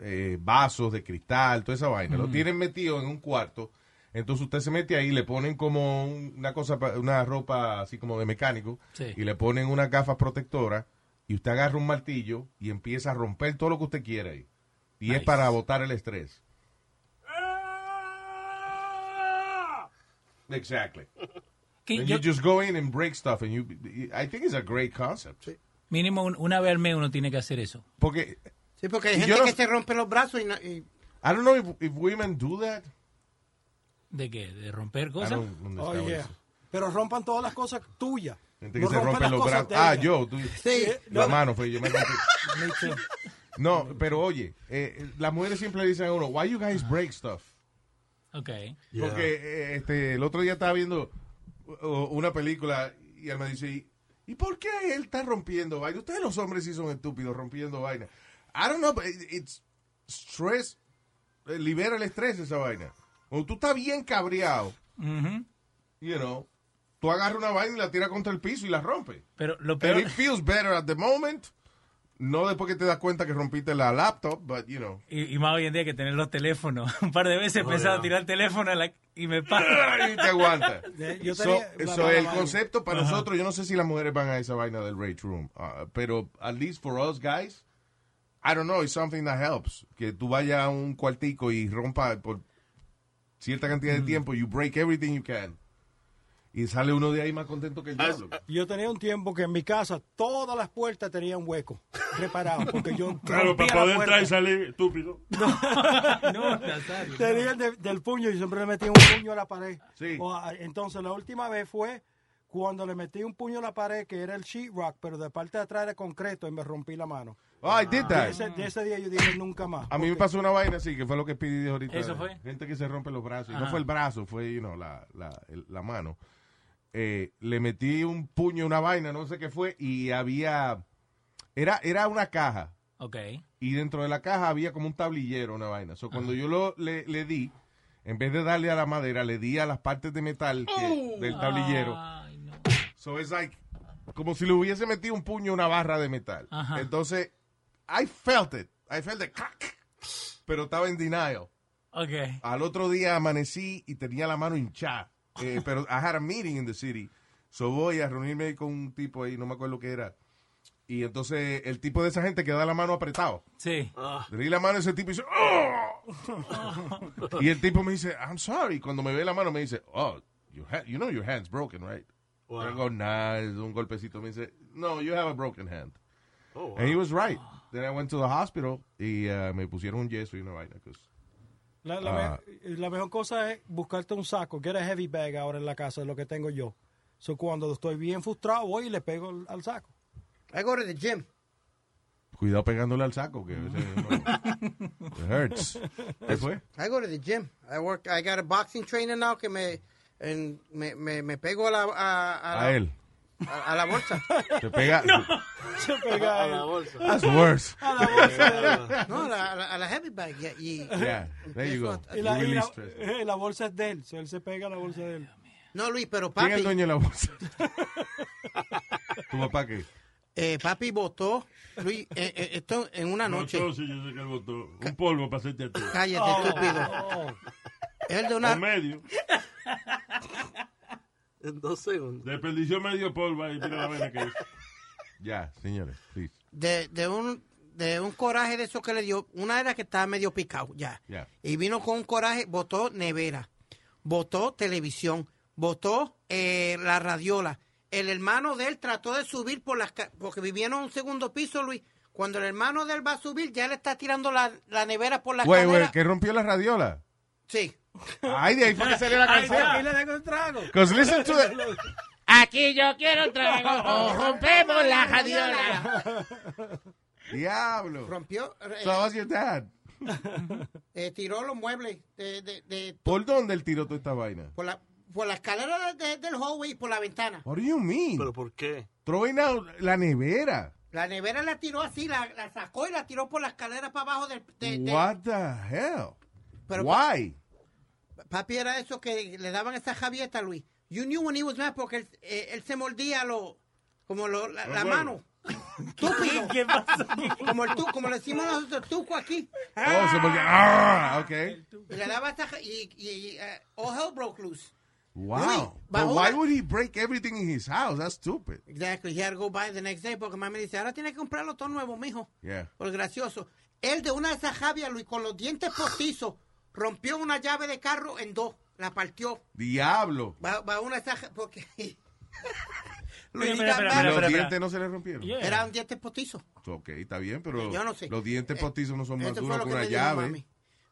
eh, vasos de cristal, toda esa vaina. Lo
Mm.
tienen metido en un cuarto. Entonces usted se mete ahí, le ponen como un- una cosa, pa- una ropa así como de mecánico,
Sí.
y le ponen unas gafas protectoras, y usted agarra un martillo y empieza a romper todo lo que usted quiera ahí. Y es para botar el estrés. Exactly.
Que
And
yo-
you just go in and break stuff, and you. I think it's a great concept.
Mínimo un- una vez al mes uno tiene que hacer eso.
Porque
Sí, porque hay
Y
gente
yo no-
que se rompe los brazos y, no- y-
I don't know if, if women do that.
¿De qué? ¿De romper
I
cosas?
don't understand
Oh,
what
yeah.
it's-
Pero rompan todas las cosas tuyas.
Gente que
No
se
rompan
rompe
las
los
cosas
brazos.
de
Ah,
ella.
yo, tú,
Sí.
la
No.
mano fue yo me rompí. No, pero oye, eh, las mujeres siempre dicen a uno, why you guys break stuff?
Ok.
Porque eh, este, el otro día estaba viendo uh, una película y él me dice, "¿Y- ¿y por qué él está rompiendo vaina? Ustedes los hombres sí son estúpidos rompiendo vaina. I don't know, but it- it's stress, eh, libera el estrés esa vaina. Cuando tú estás bien cabreado, you know, tú agarras una vaina y la tiras contra el piso y la rompes.
Pero lo
And
peor,
it feels better at the moment. No después que te das cuenta que rompiste la laptop, but you know.
y, y más hoy en día que tener los teléfonos. Un par de veces pensaba tirar el teléfono a la- y me pasa.
y te aguanta.
Yo
So-
tenía- la- la-
so
la-
el
la-
concepto para
Ajá.
nosotros, yo no sé si las mujeres van a esa vaina del rage room, ah, pero at least for us guys, I don't know, it's something that helps. Que tú vayas a un cuartico y rompa por cierta cantidad
Mm.
de tiempo, you break everything you can. Y sale uno de ahí más contento que el diablo.
Yo tenía un tiempo que en mi casa todas las puertas tenían hueco reparado porque yo
Claro,
rompía
para
la
poder
puerta.
entrar y salir, estúpido.
No, Nazario.
Tenía el de- del puño y siempre le metía un puño a la pared. O a- entonces la última vez fue cuando le metí un puño a la pared que era el sheetrock, pero de parte de atrás era concreto y me rompí la mano.
Oh, I did that.
De ese, de ese día yo dije nunca más.
A mí me pasó una vaina así, que fue lo que Speedy dijo ahorita.
¿Eso fue?
Gente que se rompe los brazos. Y no
Ajá.
fue el brazo, fue you know, la, la, el- la mano. Eh, le metí un puño, una vaina, no sé qué fue, y había... Era, era una caja.
Ok.
Y dentro de la caja había como un tablillero, una vaina. So, cuando yo lo, le, le di, en vez de darle a la madera, le di a las partes de metal
Oh.
Oh.
que- del tablillero.
Ah.
Ah.
So it's like, como si le hubiese metido un puño a una barra de metal.
Ajá.
Entonces, I felt it. I felt it. crack. Pero estaba en denial.
Ok.
Al otro día amanecí y tenía la mano hinchada. Eh, pero I had a meeting in the city. So voy a reunirme con un tipo ahí, no me acuerdo qué era. Y entonces el tipo de esa gente que da la mano apretado.
Sí.
Ah.
Le di la mano a ese tipo y dice, "Oh". Y el tipo me dice, I'm sorry. Cuando me ve la mano me dice, oh, your ha- you know your hand's broken, right?
Wow.
I go, nah, es un golpecito. Me dice, no, you have a broken hand.
Oh, wow.
And he was right. Then I went to the hospital y uh, me pusieron un yeso y una vaina. 'cause-
La, la
Ah.
me- la mejor cosa es buscarte un saco, get a heavy bag ahora en la casa, es lo que tengo yo. So, cuando estoy bien frustrado voy y le pego al, al saco.
I go to the gym.
Cuidado pegándole al saco, que a veces
Mm.
no- it hurts. ¿Qué fue?
I go to the gym. I work. I got a boxing trainer now que me en- me, me, me pego a la a, a
A
la,
él.
a- a la bolsa.
Te pega.
Se pega
a la bolsa.
That's worse.
A la bolsa.
No, a la, a la- a la heavy bag. Yeah, y-
Yeah, there you go.
Y la,
You
y la-
release stress.
eh, la bolsa es de él, so él se pega a la bolsa de él.
No, Luis, pero
¿Quién es
papi,
el dueño de la bolsa? ¿Tu papá qué?
eh, papi votó Luis eh, eh, esto en una noche.
Votó, sí, yo sé que él votó. Un polvo para hacerte a ti.
Cállate, estúpido. Él de
En
una
medio.
En dos segundos.
Desperdició medio polvo ahí, mira la vaina que es.
Ya, señores, please.
de, de un de un coraje de eso que le dio, una era que estaba medio picado ya.
Ya.
Y vino con un coraje, votó nevera, votó televisión, votó eh, la radiola. El hermano de él trató de subir por las ca- porque vivieron en un segundo piso, Luis. Cuando el hermano de él va a subir, ya le está tirando la, la nevera por las
Güey,
escalera.
güey, que rompió la radiola.
Sí.
Ay, de ahí fue que salió la
Ahí
canción.
está.
Aquí le tengo un trago.
Because listen to the-
Aquí yo quiero un trago. O rompemos la jadiola.
Diablo.
Rompió. eh,
So that was your dad.
eh, tiró los muebles de, de- de-
¿Por dónde él tiró toda esta vaina?
por, la, por la escalera de- de- del hallway y por la ventana.
What do you mean? ¿Pero
por qué?
Throwing out la nevera.
La nevera la tiró así, la, la sacó y la tiró por la escalera para abajo del... de- de-
What the hell?
Eh, Pero-
Why?
Papi era eso que le daban esa javieta, Luis. You knew when he was mad porque él, eh, él se mordía lo, como lo- la, la
huevos.
mano. Estúpido. ¿Qué pasó? Como, el tu, como le decimos nosotros, tuco aquí.
Oh, so porque- ah, okay.
Y le daba esa... ja- Y, y, y, eh, all hell broke loose.
Wow. But
bajo
why
la-
would he break everything in his house? That's stupid.
Exactly. He had to go buy it the next day porque mami dice, ahora tienes que comprarlo todo nuevo, mijo.
Yeah.
Por gracioso. Él de una de esas javias, Luis, con los dientes postizos, rompió una llave de carro en dos. La partió.
Diablo.
Va, va una de esas... ja- Porque...
Los
Luis Gambara-
dientes no se le rompieron.
Eran dientes postizos.
Ok, está bien, pero
Yo no sé. Eh,
los dientes postizos no son más
Eso fue
duros
lo
que
que me
una
dijo
llave.
mami.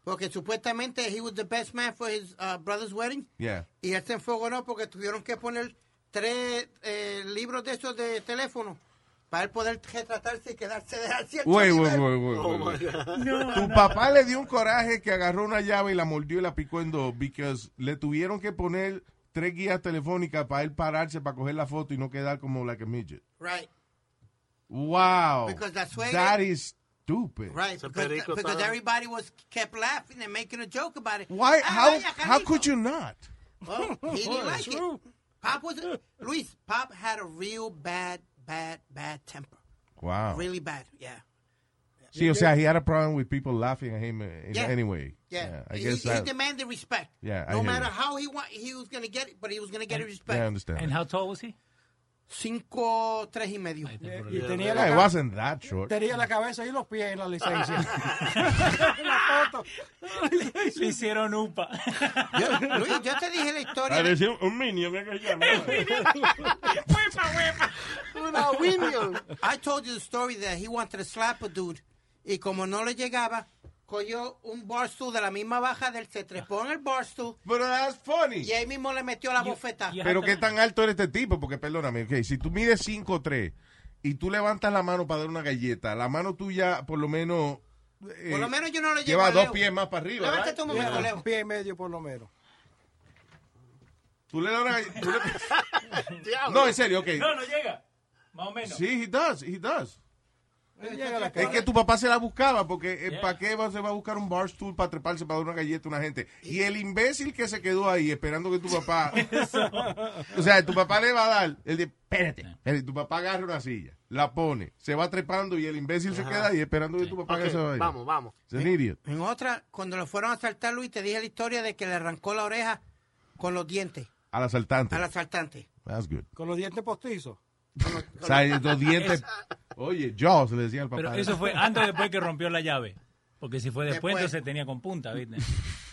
Porque supuestamente he was the best man for his uh, brother's wedding.
Yeah.
Y él se enfogonó porque tuvieron que poner tres eh, libros de esos de teléfono para él poder retratarse y quedarse de a cierto
Güey, güey,
nivel.
güey, güey, güey.
No,
Tu papá le dio un coraje que agarró una llave y la mordió y la picó en dos, because le tuvieron que poner tres guías telefónicas para él pararse, para coger la foto y no quedar como la que midget.
Right,
Wow.
Because la suegra-
That is stupid.
right. Because, because everybody was kept laughing and making a joke about it.
Why?
Ah,
How?
vaya,
How
Carlito.
could you not?
Well, he
Boy,
didn't
it's
like it. Pop was Luis. Pop had a real bad, bad, bad temper.
Wow.
Really bad. Yeah.
Sí, o sea, he had a problem with people laughing at him uh, in
Yeah.
any way.
Yeah.
I
he,
guess
he
that-
demanded respect.
Yeah, I
No
hear
matter
you.
how he want, he was gonna get it, but he was gonna get it respect.
yeah, I understand. And
how tall was he?
Cinco tres y medio.
Eh, Y tenía
Yeah,
la,
it
ca-
wasn't that short.
tenía la cabeza y los pies en la licencia.
Le hicieron upa.
Yo, Luis, yo te dije la historia. de-
Parecía un, un minion, ¿qué se llama?
Una William. I told you the story that he wanted to slap a dude. Y como no le llegaba, cogió un barstool de la misma baja del se trepó en el barstool.
Pero that's funny.
Y ahí mismo le metió la bofeta.
Pero qué tan alto eres este tipo, porque perdóname, ok, si tú mides 5'3 y tú levantas la mano para dar una galleta, la mano tuya por lo menos... eh,
Por lo menos yo no le llevo
Lleva
a
dos
Leo.
pies más para arriba.
Levántate
right?
un momento,
Yeah.
Leo.
Un pie y medio por lo menos.
Tú le das una galleta... tú le- no, en serio, ok.
No, no llega. Más o menos.
Sí, he does, he does.
Llega la
Es
cara.
que tu papá se la buscaba, porque ¿para qué va- se va a buscar un barstool para treparse para dar una galleta a una gente? Y el imbécil que se quedó ahí esperando que tu papá... o sea, tu papá le va a dar, el de, espérate, espérate", tu papá agarra una silla, la pone, se va trepando y el imbécil se
Ajá.
queda ahí esperando que tu papá haga
Ok,
esa vaina.
vamos, vamos.
Es un idiot.
En otra, cuando lo fueron a asaltar, Luis, te dije la historia de que le arrancó la oreja con los dientes
Al asaltante.
al asaltante.
That's good.
Con los dientes postizos.
O sea, los dientes... Oye, Jaws le decía al papá.
Pero eso fue antes o después que rompió la llave. Porque si fue después,
Después.
entonces tenía con punta, ¿viste?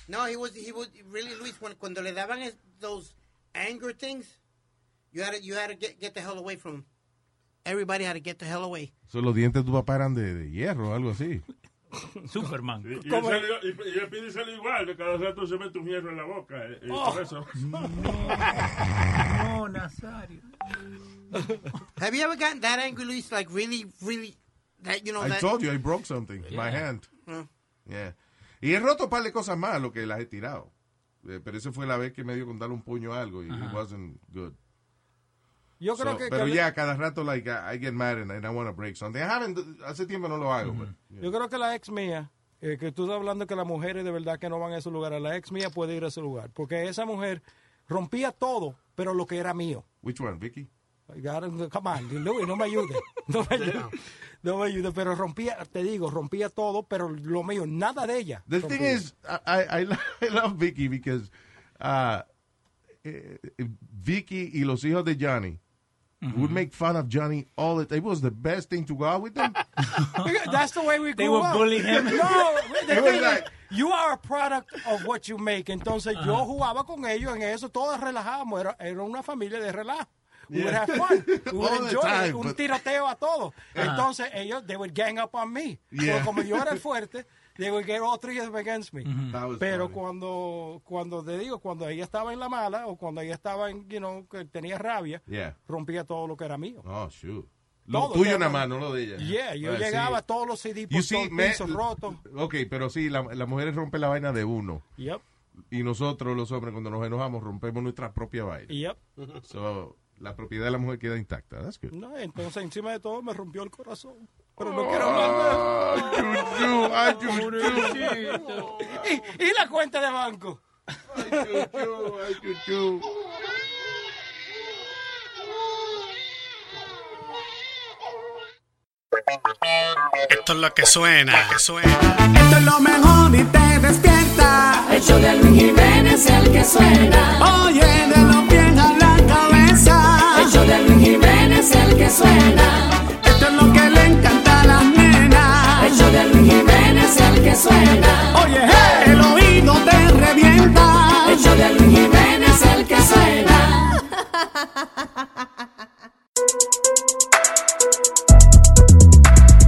No, he was, he was really Luis. When, cuando le daban es, those anger things, you had to, you had to get, get the hell away from him. Everybody had to get the hell away.
So, los dientes de tu papá eran de, de hierro o algo así.
Superman.
Y, él salió- y, y el pide salió igual, de cada rato se mete un hierro en la boca. eh, eh,
Oh.
por eso.
Mm.
No, Nazario.
Have you ever gotten that angry, Luis? Like really, really, that you know.
I
that,
told you I broke something. My
Yeah.
hand.
No.
Yeah. Y he roto un par de cosas más, lo que las he tirado. Eh, pero esa fue la vez que me dio con darle un puño a algo y it wasn't good.
Yo creo
So,
que.
pero
que-
ya, cada rato, like, I, I get mad and, and I want to break something. I haven't- hace tiempo no lo hago. but-
Yo creo que la ex mía, eh, que tú estás hablando que las mujeres de verdad que no van a ese lugar, la ex mía puede ir a ese lugar, porque esa mujer rompía todo, pero lo que era mío.
Which one, Vicky?
I gotta- Come on, Luis, no me ayude. No me ayude. No me ayude, pero rompía, te digo, rompía todo, pero lo mío, nada de ella.
The
rompía.
thing is, I, I, I lo- I love Vicky because uh, eh, eh, Vicky y los hijos de Johnny would make fun of Johnny all the time. It was the best thing to go out with them.
That's the way we
They
grew
were
up.
bullying him.
No, the
It was
thing
like-
is, you are a product of what you make. Entonces yo
Uh-huh.
jugaba con ellos en eso, todos relajábamos. Era, era una familia de relajo. We would
Yeah.
have fun. We would
All the
enjoy
time,
it. un
but-
tiroteo a
Uh-huh.
todos.
Ajá.
Entonces ellos, they would gang up on me.
Yeah.
Pero como yo era el fuerte, they would get all three of them against me.
Uh-huh.
Mhm. That was
Pero
funny.
cuando, cuando te digo, cuando ella estaba en la mala o cuando ella estaba en, you know, que tenía rabia,
Yeah.
rompía todo lo que era mío.
Oh, shoot. Lo
Todo,
tuyo
ya,
nada
no.
más, no lo de ella.
Yeah, yo
Ah, sí.
llegaba a todos los CD
You
por
see,
todos
me-
pisos rotos.
Ok, pero sí, la- las mujeres rompen la vaina de uno.
Yep,
Y nosotros, los hombres, cuando nos enojamos, rompemos nuestra propia vaina.
yep.
So, la propiedad de la mujer queda intacta. That's good.
No, entonces encima de todo me rompió el corazón. Pero no quiero hablar de eso. y, y la cuenta de banco.
Esto es lo que suena. que suena.
Esto es lo mejor y te despierta. El show de Luis Jiménez el que suena. Oye, de los pies a la cabeza. El show de Luis Jiménez el que suena. Esto es lo que le encanta a las nenas. El show de Luis Jiménez el que suena. Oye, hey, el oído te revienta. El show de Luis Jiménez el que suena.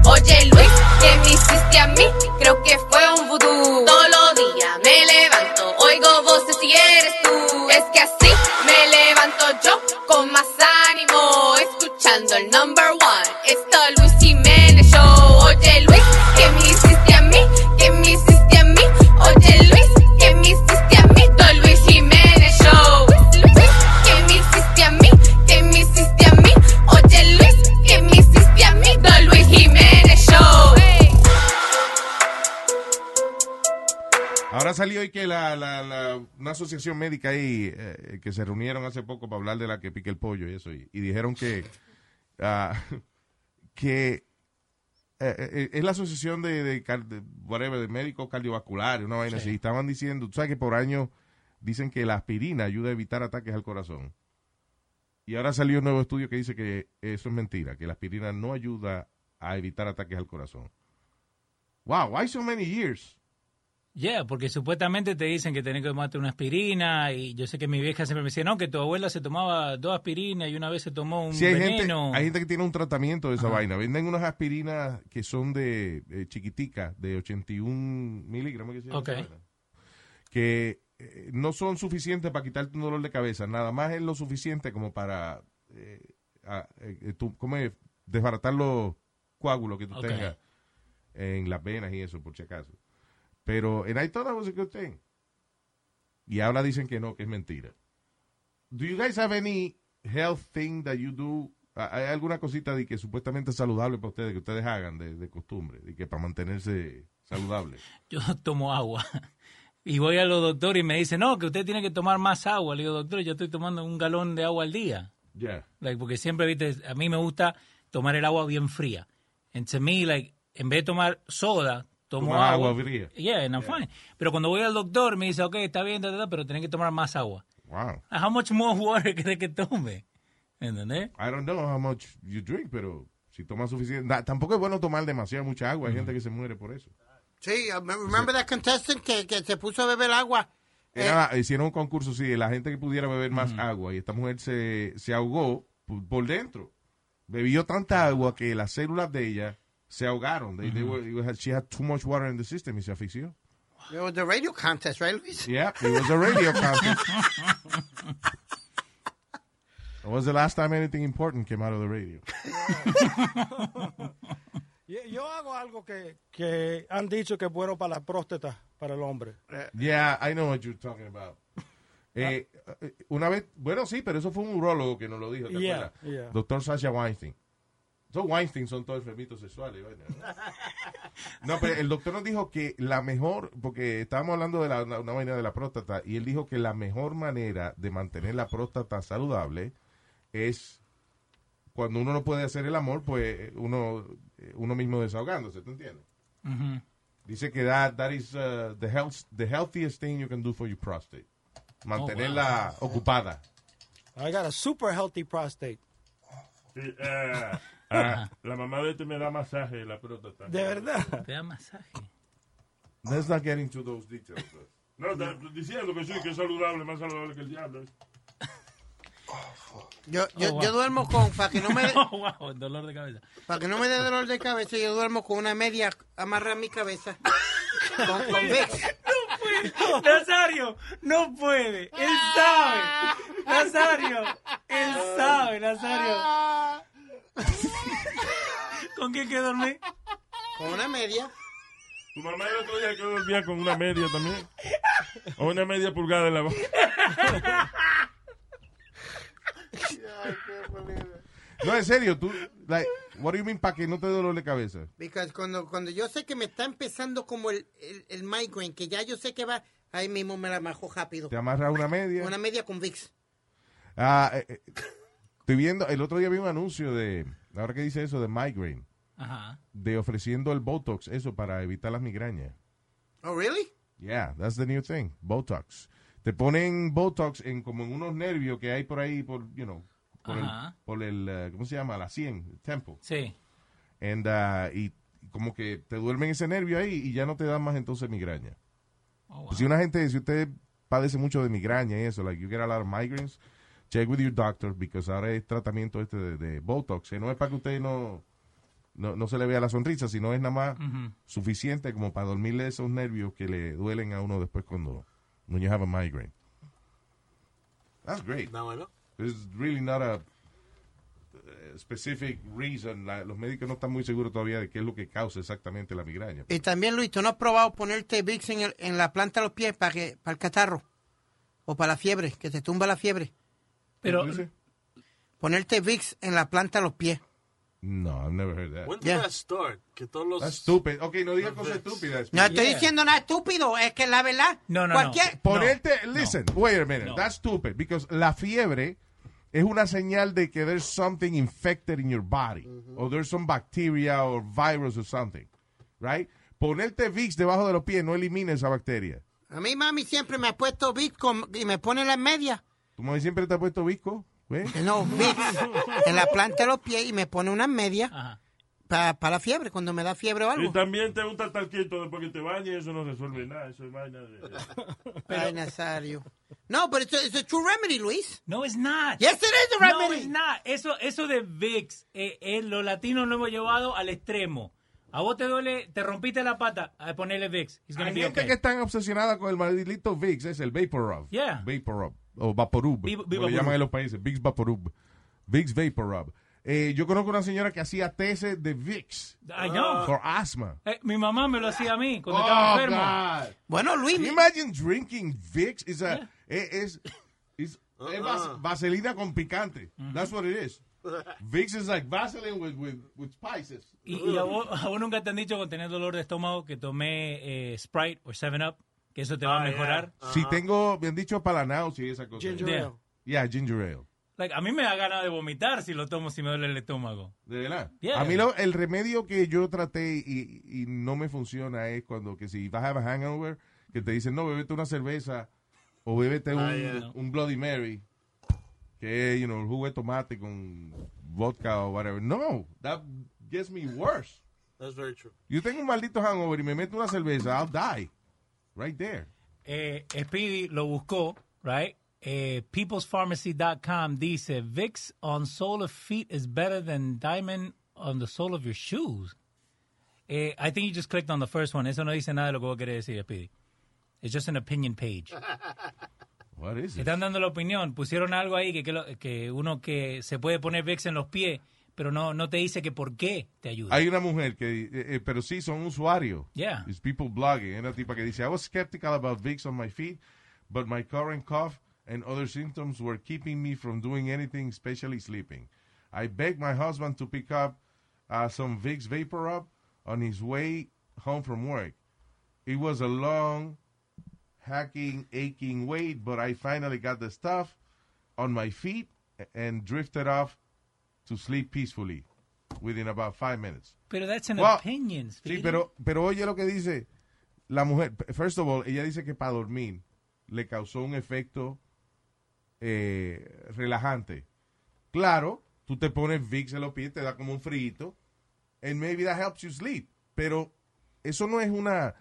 Oye Luis, ¿qué me hiciste a mí? Creo que fue un vudú. Todos los días me levanto, oigo voces y eres tú. Es que así me levanto yo con más ánimo, escuchando el number one. Esto es Luis Jiménez Show. Oye Luis, ¿qué me hiciste a mí? ¿Qué me hiciste a mí? Oye Luis, ¿qué me hiciste a mí? Esto es Luis Jiménez Show. Luis, Luis, ¿qué me hiciste a mí? ¿Qué me hiciste a mí? Oye Luis, ¿qué me hiciste a mí? Don Luis Jiménez Show.
Ahora salió hoy que la, la- la- una asociación médica ahí eh, que se reunieron hace poco para hablar de la que pica el pollo y eso, y, y dijeron que, ah, que eh, eh, es la asociación de, de car- de whatever, de médicos cardiovasculares, una vaina así. Estaban diciendo, tú sabes que por año dicen que la aspirina ayuda a evitar ataques al corazón. Y ahora salió un nuevo estudio que dice que eso es mentira, que la aspirina no ayuda a evitar ataques al corazón. Wow, why so many years?
Yeah, porque supuestamente te dicen que tenés que tomarte una aspirina y yo sé que mi vieja siempre me decía, no, que tu abuela se tomaba dos aspirinas y una vez se tomó un
Sí, hay gente,
veneno.
hay gente que tiene un tratamiento de esa
Ajá.
vaina. Venden unas aspirinas que son de eh, chiquiticas, de 81 miligramos. Que, se llama
Ok.
esa vaina, que eh, no son suficientes para quitarte un dolor de cabeza. Nada más es lo suficiente como para eh, a- eh, tú- ¿cómo es? desbaratar los coágulos que tú
Ok.
tengas en las venas y eso, por si acaso. Pero en I thought that was a good thing. Y ahora dicen que no, que es mentira. Do you guys have any health thing that you do? ¿Ha- ¿Hay alguna cosita de que supuestamente es saludable para ustedes, que ustedes hagan de, de costumbre, de que para mantenerse saludable?
Yo tomo agua. Y voy a los doctores y me dicen, no, que usted tiene que tomar más agua. Le digo, doctor, yo estoy tomando un galón de agua al día.
Yeah.
Like, porque siempre, viste, a mí me gusta tomar el agua bien fría. And to me, like, en vez de tomar soda, tomo
Toma agua fría.
Yeah, and I'm fine. Pero cuando voy al doctor, me dice, ok, está bien, ta, ta, ta, pero tenés que tomar más agua.
Wow.
How much more water crees que tome? ¿Entendés?
I don't know how much you drink, pero si tomas suficiente. na- Tampoco es bueno tomar demasiada mucha agua. Hay gente que se muere por eso.
Sí, uh, remember that contestant que, que se puso a beber agua.
Era- hicieron un concurso, sí, de la gente que pudiera beber más agua. Y esta mujer se, se ahogó por, por dentro. Bebió tanta agua que las células de ella se ahogaron. They- they were- it was- she had too much water in the system y se asfixió.
It was the radio contest, right, Luis?
Yeah, it was a radio contest. When was the last time anything important came out of the radio?
Yo, yo hago algo que, que han dicho que es bueno para la próstata, para el hombre.
Eh. Yeah, I know what you're talking about. Eh, eh, una vez, bueno, sí, pero eso fue un urologo que nos lo dijo, ¿te
Yeah,
acuerdas?
yeah.
Doctor Sasha Weinstein. Son Weinstein, son todos enfermitos sexuales. vaina, ¿no? No, pero el doctor nos dijo que la mejor, porque estábamos hablando de la, una, una vaina de la próstata, y él dijo que la mejor manera de mantener la próstata saludable es cuando uno no puede hacer el amor, pues uno, uno mismo desahogándose, ¿te entiendes? Dice que that, that is uh, the, health, the healthiest thing you can do for your prostate. mantenerla ocupada.
I got a super healthy prostate.
Sí, eh, ah, la mamá de este me da masaje la próstata.
¿De verdad?
Te da masaje.
Let's not get into those details. but-
No, está diciendo que sí, que es saludable, más saludable que el diablo.
Yo, yo,
Oh, wow.
yo duermo con, para que no me dé
Oh, wow, dolor de cabeza.
para que no me dé dolor de cabeza, yo duermo con una media amarra en mi cabeza. Con, con Vicks.
Nazario, no puede. Él sabe. Nazario, él sabe, Nazario.
¿Con qué quedó dormir?
Con una media.
Tu mamá el otro día que dormía con una media también. O una media pulgada en la boca.
No, en serio, tú, like, what do you mean para que no te dé dolor de cabeza?
Because cuando, cuando yo sé que me está empezando como el, el, el migraine, que ya yo sé que va, ahí mismo me la majo rápido.
Te amarras una media.
Una media con VIX.
Ah, eh, eh, estoy viendo, el otro día vi un anuncio de, ahora que dice eso, de migraine,
Ajá.
de ofreciendo el Botox, eso para evitar las migrañas.
Oh, really?
Yeah, that's the new thing, Botox. Te ponen Botox en como en unos nervios que hay por ahí, por, you know, por el,
Ajá.
por el, eh, ¿cómo se llama? La 100, el temple.
Sí.
And, ah, y como que te duermen ese nervio ahí y ya no te dan más entonces migraña.
Oh, wow.
Pues si una gente, si usted padece mucho de migraña y eso, like you get a lot of migraines, check with your doctor because ahora es tratamiento este de, de Botox, que no es para que usted no, no, no se le vea la sonrisa, sino es nada más
Ujú.
suficiente como para dormirle esos nervios que le duelen a uno después cuando when you have a migraine. That's great.
Now I know.
There's really not a uh, specific reason. La- los médicos no están muy seguros todavía de qué es lo que causa exactamente la migraña.
Y también, Luis, ¿tú no has probado ponerte VIX en, el- en la planta de los pies para, que, para el catarro? O para la fiebre, que te tumba la fiebre.
Pero-
Ponerte VIX en la planta de los pies.
No, I've never heard that.
When did
Yeah.
that start? Que todos los...
That's stupid. Okay, no digas cosas estúpidas.
No estoy diciendo nada estúpido, es que la verdad.
No, e- no,
cualquier,
no.
Ponerte, este, listen, wait a minute,
No.
that's stupid, because la fiebre es una señal de que there's something infected in your body, or there's some bacteria or virus or something, right? Ponerte Vicks debajo de los pies no elimina esa bacteria.
A mí mami siempre me ha puesto VIX con- y me pone las medias.
¿Tu mamá siempre te ha puesto visco? ¿Ves?
No, VIX en la planta de los pies y me pone unas medias
Ajá.
para la fiebre, cuando me da fiebre o
Y
algo.
también te gusta estar quieto después que te bañes, eso no resuelve nada, eso es vaina de...
Ay, Nazario. No, pero it's a, it's a true remedy, Luis.
No, it's not.
Yes, it is a
No,
remedy.
it's not. Eso, eso de VIX, eh, eh, los latinos lo hemos llevado al extremo. A vos te duele, te rompiste la pata, a ponerle VIX. It's gonna
Hay
be
gente
okay.
que están obsesionada con el maldito Vicks, es el Vaporub.
Yeah.
Vaporub, o Vaporub,
Vi- vi-
como le
Vaporub.
llaman en los países, Vicks Vaporub. Vicks Vaporub. Eh, yo conozco una señora que hacía tesis de Vicks
I know.
for asthma.
Eh, mi mamá me lo hacía a mí cuando
Oh,
estaba enfermo.
God.
Bueno, Luis,
Can you
mi-
imagine drinking Vicks? It's a, es, es,
Uh-uh.
es vas- vaselina con picante.
Mm-hmm.
That's what it is. Vicks is like Vaseline with, with, with spices.
Y, y a, vos, a vos nunca te han dicho con tener dolor de estómago que tomé eh, Sprite o 7-Up, que eso te
Ah,
va a mejorar.
Si tengo, me han dicho para la náusea y esa cosa.
Ginger
Yeah.
ale.
Yeah, ginger ale.
Like, a mí me da ganas de vomitar si lo tomo, si me duele el estómago.
De verdad.
Yeah.
A mí lo- el remedio que yo traté y, y no me funciona es cuando que si vas a have a hangover, que te dicen, no, bébete una cerveza o bébete un,
yeah.
un Bloody Mary, que es, you know, jugo de tomate con vodka o whatever. No, that gets me worse.
That's very true.
Yo tengo un maldito hangover y me meto una cerveza, I'll die. Right there.
Eh, Speedy lo buscó, right? Eh, peoplespharmacy.com dice, VIX on sole of feet is better than diamond on the sole of your shoes. Eh, I think you just clicked on the first one. Eso no dice nada de lo que vos querés decir, Speedy. It's just an opinion page.
What is
Te
it?
Están dando la opinión. Pusieron algo ahí que, que, lo- que uno que se puede poner VIX en los pies, pero no, no te dice que por qué te ayuda.
Hay una mujer que, eh, eh, pero sí, son usuarios.
Yeah.
It's people blogging. Hay Una tipa que dice, I was skeptical about Vicks on my feet, but my current cough and other symptoms were keeping me from doing anything, especially sleeping. I begged my husband to pick up uh, some Vicks Vapor Up on his way home from work. It was a long, hacking, aching wait, but I finally got the stuff on my feet and drifted off to sleep peacefully within about five minutes.
Pero that's an
Well,
opinion.
Sí,
Speedy.
pero, pero oye lo que dice la mujer. First of all, ella dice que para dormir. le causó un efecto eh, relajante. Claro, tú te pones Vicks en los pies, te da como un frito, and maybe that helps you sleep. Pero eso no es una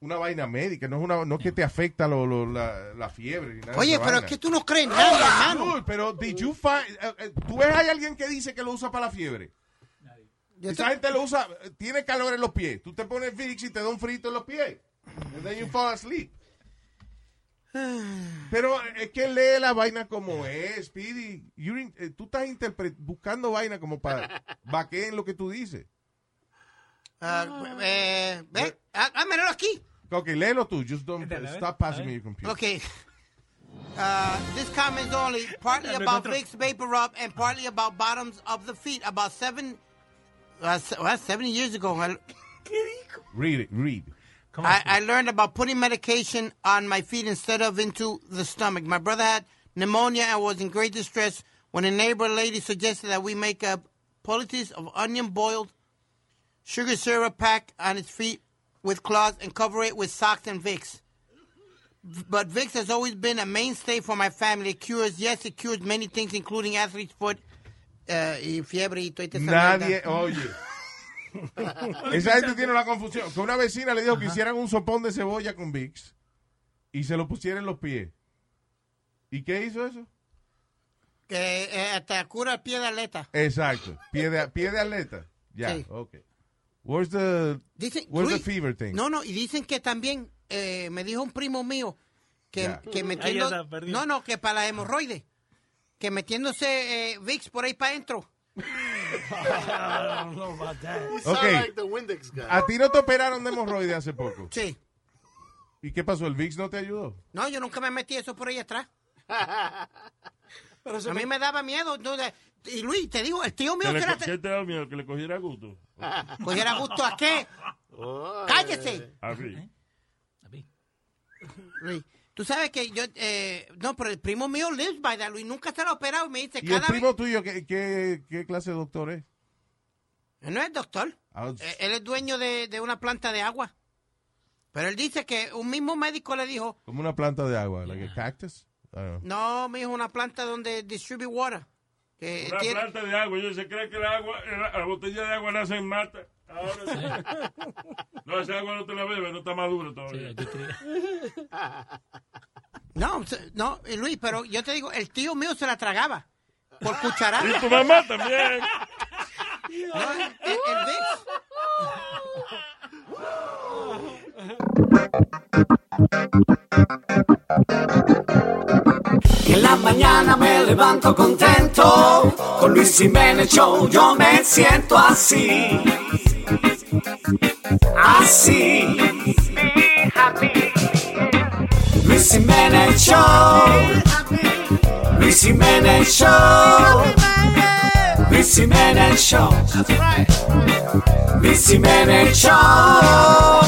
una vaina médica, no es una no que te afecta lo- lo- la, la fiebre. ni nada de
Oye,
esa
pero es
vaina. Ah,
que tú no crees nada, hermano.
Dude, pero did you find- eh, eh, tú ves hay alguien que dice que lo usa para la fiebre. Esa gente lo usa, eh, tiene calor en los pies. Tú te pones Vicks y te da un frito en los pies. And then you fall asleep. Pero es que lee la vaina como es, Speedy. You're in- eh, tú estás interpre- buscando vaina como para vaqueen lo que tú dices.
Ah, eh, ve, ah, hámelo aquí.
Ok, léelo tú. Just don't
Dale, Este, a ver,
stop
a
passing
ver.
me your computer.
Okay. Uh, this comment is only partly
Lo
about
encuentro.
Vicks Vapor Rub and partly about bottoms of the feet. About seven, uh, se- well, seven years ago, I,
Read it, read.
I, I learned about putting medication on my feet instead of into the stomach. My brother had pneumonia and was in great distress when a neighbor lady suggested that we make a poultice of onion boiled sugar syrup pack on his feet with cloths and cover it with socks and Vicks. V- But Vicks has always been a mainstay for my family. It cures, yes, it cures many things, including athlete's foot, uh, y fiebre y toda esa
Nadie,
mierda.
oye. Esa gente tiene una confusión. Que una vecina le dijo que hicieran un sopón de cebolla con Vicks y se lo pusieran en los pies. ¿Y qué hizo eso?
Que eh, hasta cura el pie de aleta.
Exacto. Pie de, pie de atleta. Ya,
Sí.
ok. Where's the,
Dicen-
where's the
Luis,
fever thing?
No, no, y dicen que también, eh, me dijo un primo mío, que,
Ya.
que
Ahí
metiendo,
anda, perdido.
no, no, que para la hemorroide, que metiéndose eh, Vicks por ahí para adentro.
Ok.
like the Windex guy.
A ti no te operaron de hemorroides hace poco.
Sí.
¿Y qué pasó? ¿El Vicks no te ayudó?
No, yo nunca me metí eso por ahí atrás. a mí me daba miedo. no, de- y Luis, te digo, el tío mío
Que le
que era-
co- ¿Qué te da miedo? ¿Que le cogiera gusto?
cogiera gusto a qué. Cállese.
A mí.
Luis, tú sabes que yo, eh, no, pero el primo mío lives by that, Luis, nunca se lo ha operado y me dice
¿Y el
cada vez.
primo tuyo qué, qué, qué clase de doctor es?
No es doctor.
Ah,
Eh, Él es dueño de, de una planta de agua. Pero él dice que un mismo médico le dijo,
Como una planta de agua, like a cactus. Ah. I don't know.
no, mijo, una planta donde distribute water. Que
Una
Eh, tiene-
planta de agua. Ellos se creen que el agua, la, la botella de agua nace en mata. Ahora sí. No, esa agua no te la bebes, no está madura todavía.
No, se- no, eh, Luis, pero yo te digo, el tío mío se la tragaba. Por cucharada.
Y tu mamá también.
No, el, el Vicks.
Que en la mañana me levanto contento. Con Luis Jiménez Show yo me siento así. Así. Luis Jiménez Show. Luis Jiménez Show. Luis Jiménez Show. Luis Jiménez Show.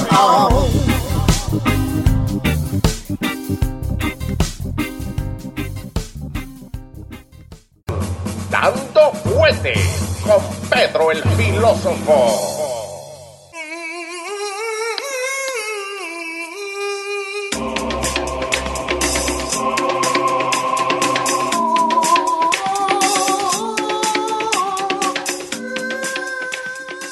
Dando fuerte con Pedro el filósofo.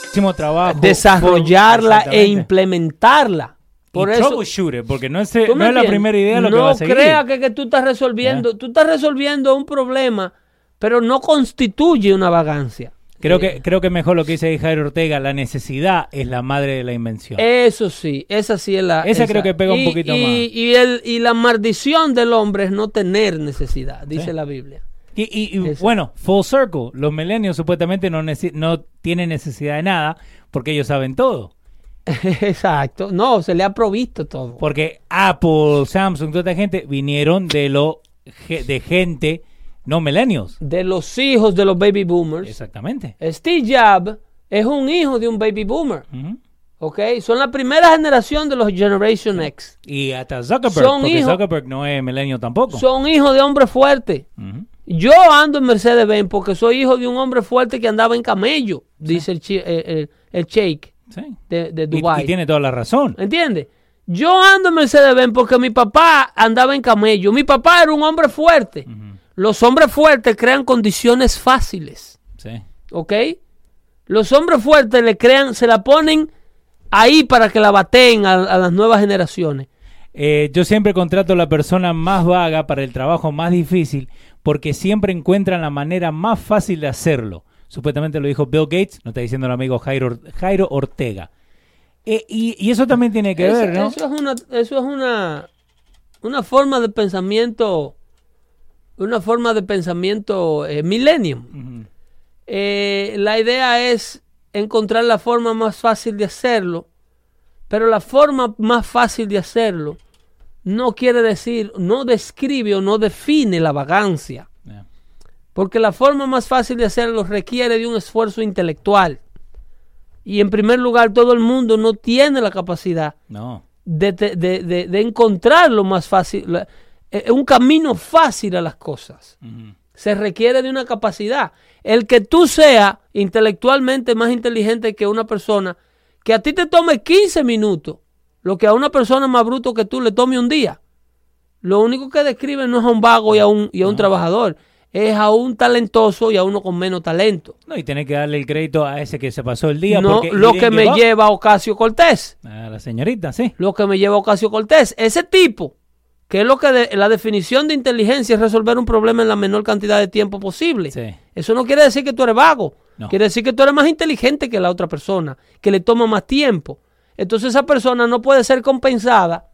Muchísimo trabajo.
Desarrollarla
Por-
e
Exactamente.
implementarla. Por
y
eso,
troubleshooter, porque no es, no
¿Tú me
es la
entiendes?
primera idea lo que
No
va a seguir.
crea que, que tú estás resolviendo. Tú estás resolviendo un problema, pero no constituye una vagancia.
Creo que, creo que mejor lo que dice Jairo Ortega, la necesidad es la madre de la invención.
Eso sí, esa sí es la.
Esa creo que pega un
Y-
poquito
y-
más.
Y, el, y la maldición del hombre es no tener necesidad, dice
Sí.
la Biblia.
Y, y- y, bueno, full circle, los millennials supuestamente no, nece- no tienen necesidad de nada porque ellos saben todo.
Exacto, no, se le ha provisto todo.
Porque Apple, Samsung, toda esta gente vinieron de lo ge- de gente no millennials.
De los hijos de los baby boomers.
Exactamente.
Steve Jobs es un hijo de un baby boomer. ¿Ok? Son la primera generación de los Generation X.
Y hasta Zuckerberg,
Son
porque
hijos-
Zuckerberg no es millennial tampoco.
Son hijos de hombres fuertes. Yo ando en Mercedes-Benz porque soy hijo de un hombre fuerte que andaba en camello, dice el, chi- eh, eh, el, Sheikh de, de
Y-
Dubái.
y tiene toda la razón.
¿Entiendes? Yo ando en Mercedes-Benz porque mi papá andaba en camello. Mi papá era un hombre fuerte. Los hombres fuertes crean condiciones fáciles.
Sí.
¿Ok? Los hombres fuertes le crean, se la ponen ahí para que la bateen a, a las nuevas generaciones.
Eh, yo siempre contrato a la persona más vaga para el trabajo más difícil porque siempre encuentran la manera más fácil de hacerlo. Supuestamente lo dijo Bill Gates, no está diciendo el amigo Jairo, Jairo Ortega. Eh, y, y eso también tiene que
Eso-
ver, ¿no?
Eso es una, eso es una, una forma de pensamiento, una forma de pensamiento eh, millennium. Eh, la idea es encontrar la forma más fácil de hacerlo, pero la forma más fácil de hacerlo no quiere decir, no describe o no define la vagancia.
Yeah.
Porque la forma más fácil de hacerlo requiere de un esfuerzo intelectual. Y en primer lugar, todo el mundo no tiene la capacidad
No.
de, te- de- de- de encontrar lo más fácil, la- eh, un camino fácil a las cosas. Se requiere de una capacidad. El que tú seas intelectualmente más inteligente que una persona, que a ti te tome 15 minutos, lo que a una persona más bruto que tú le tome un día. Lo único que describe no es a un vago y a un, y a un trabajador, es a un talentoso y a uno con menos talento.
No, y tiene que darle el crédito a ese que se pasó el día.
no
porque
lo
he
que me
give up.
lleva a Ocasio Cortés.
A la señorita, sí.
Lo que me lleva a Ocasio Cortés. Ese tipo, que es lo que de- la definición de inteligencia es resolver un problema en la menor cantidad de tiempo posible. Eso no quiere decir que tú eres vago.
No.
Quiere decir que tú eres más inteligente que la otra persona, que le toma más tiempo. Entonces esa persona no puede ser compensada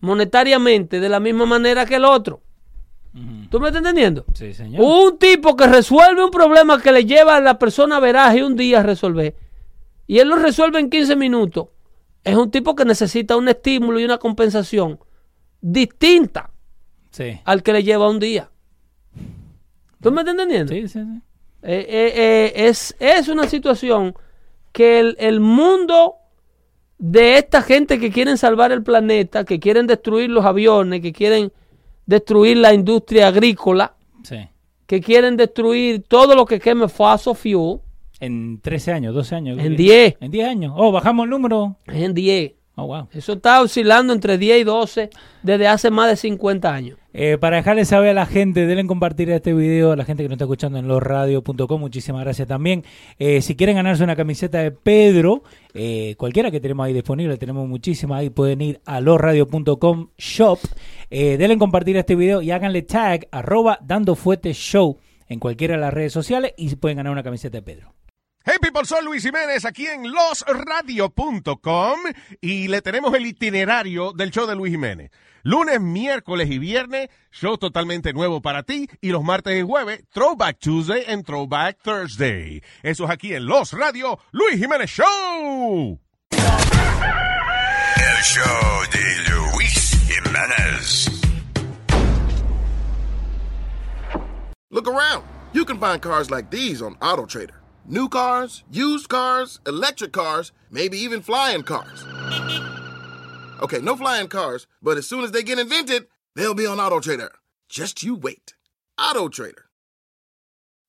monetariamente de la misma manera que el otro. ¿Tú me estás entendiendo?
Sí, señor.
Un tipo que resuelve un problema que le lleva a la persona a veraje un día a resolver y él lo resuelve en 15 minutos, es un tipo que necesita un estímulo y una compensación distinta
Sí.
al que le lleva un día. ¿Tú me estás entendiendo?
Sí, sí, sí.
Eh, eh, eh, es, es una situación que el, el mundo de esta gente que quieren salvar el planeta, que quieren destruir los aviones, que quieren destruir la industria agrícola,
Sí.
que quieren destruir todo lo que queme fossil fuel,
En 13 años, 12 años.
En 10.
En 10 años. Oh, bajamos el número.
es en 10.
Oh, wow.
Eso está oscilando entre 10 y 12 desde hace más de 50 años.
Eh, para dejarles saber a la gente, denle compartir este video a la gente que nos está escuchando en losradio.com. Muchísimas gracias también. Eh, si quieren ganarse una camiseta de Pedro, eh, cualquiera que tenemos ahí disponible, tenemos muchísimas ahí, pueden ir a losradio.com shop. Eh, denle compartir este video y háganle tag arroba dando fuete show en cualquiera de las redes sociales y pueden ganar una camiseta de Pedro.
Hey people, soy Luis Jiménez aquí en losradio.com y le tenemos el itinerario del show de Luis Jiménez. Lunes, miércoles y viernes, show totalmente nuevo para ti y los martes y jueves, Throwback Tuesday and Throwback Thursday. Eso es aquí en Los Radio, Luis Jiménez Show.
El show de Luis Jiménez.
Look around. You can find cars like these on AutoTrader. New cars, used cars, electric cars, maybe even flying cars. Okay, no flying cars, but as soon as they get invented, they'll be on AutoTrader. Just you wait. AutoTrader.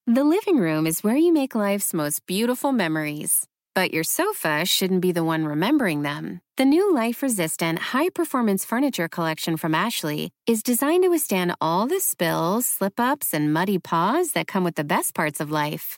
The living room is where you make life's most beautiful memories. But your sofa shouldn't be the one remembering them. The new life resistant, high performance furniture collection from Ashley is designed to withstand all the spills, slip ups, and muddy paws that come with the best parts of life.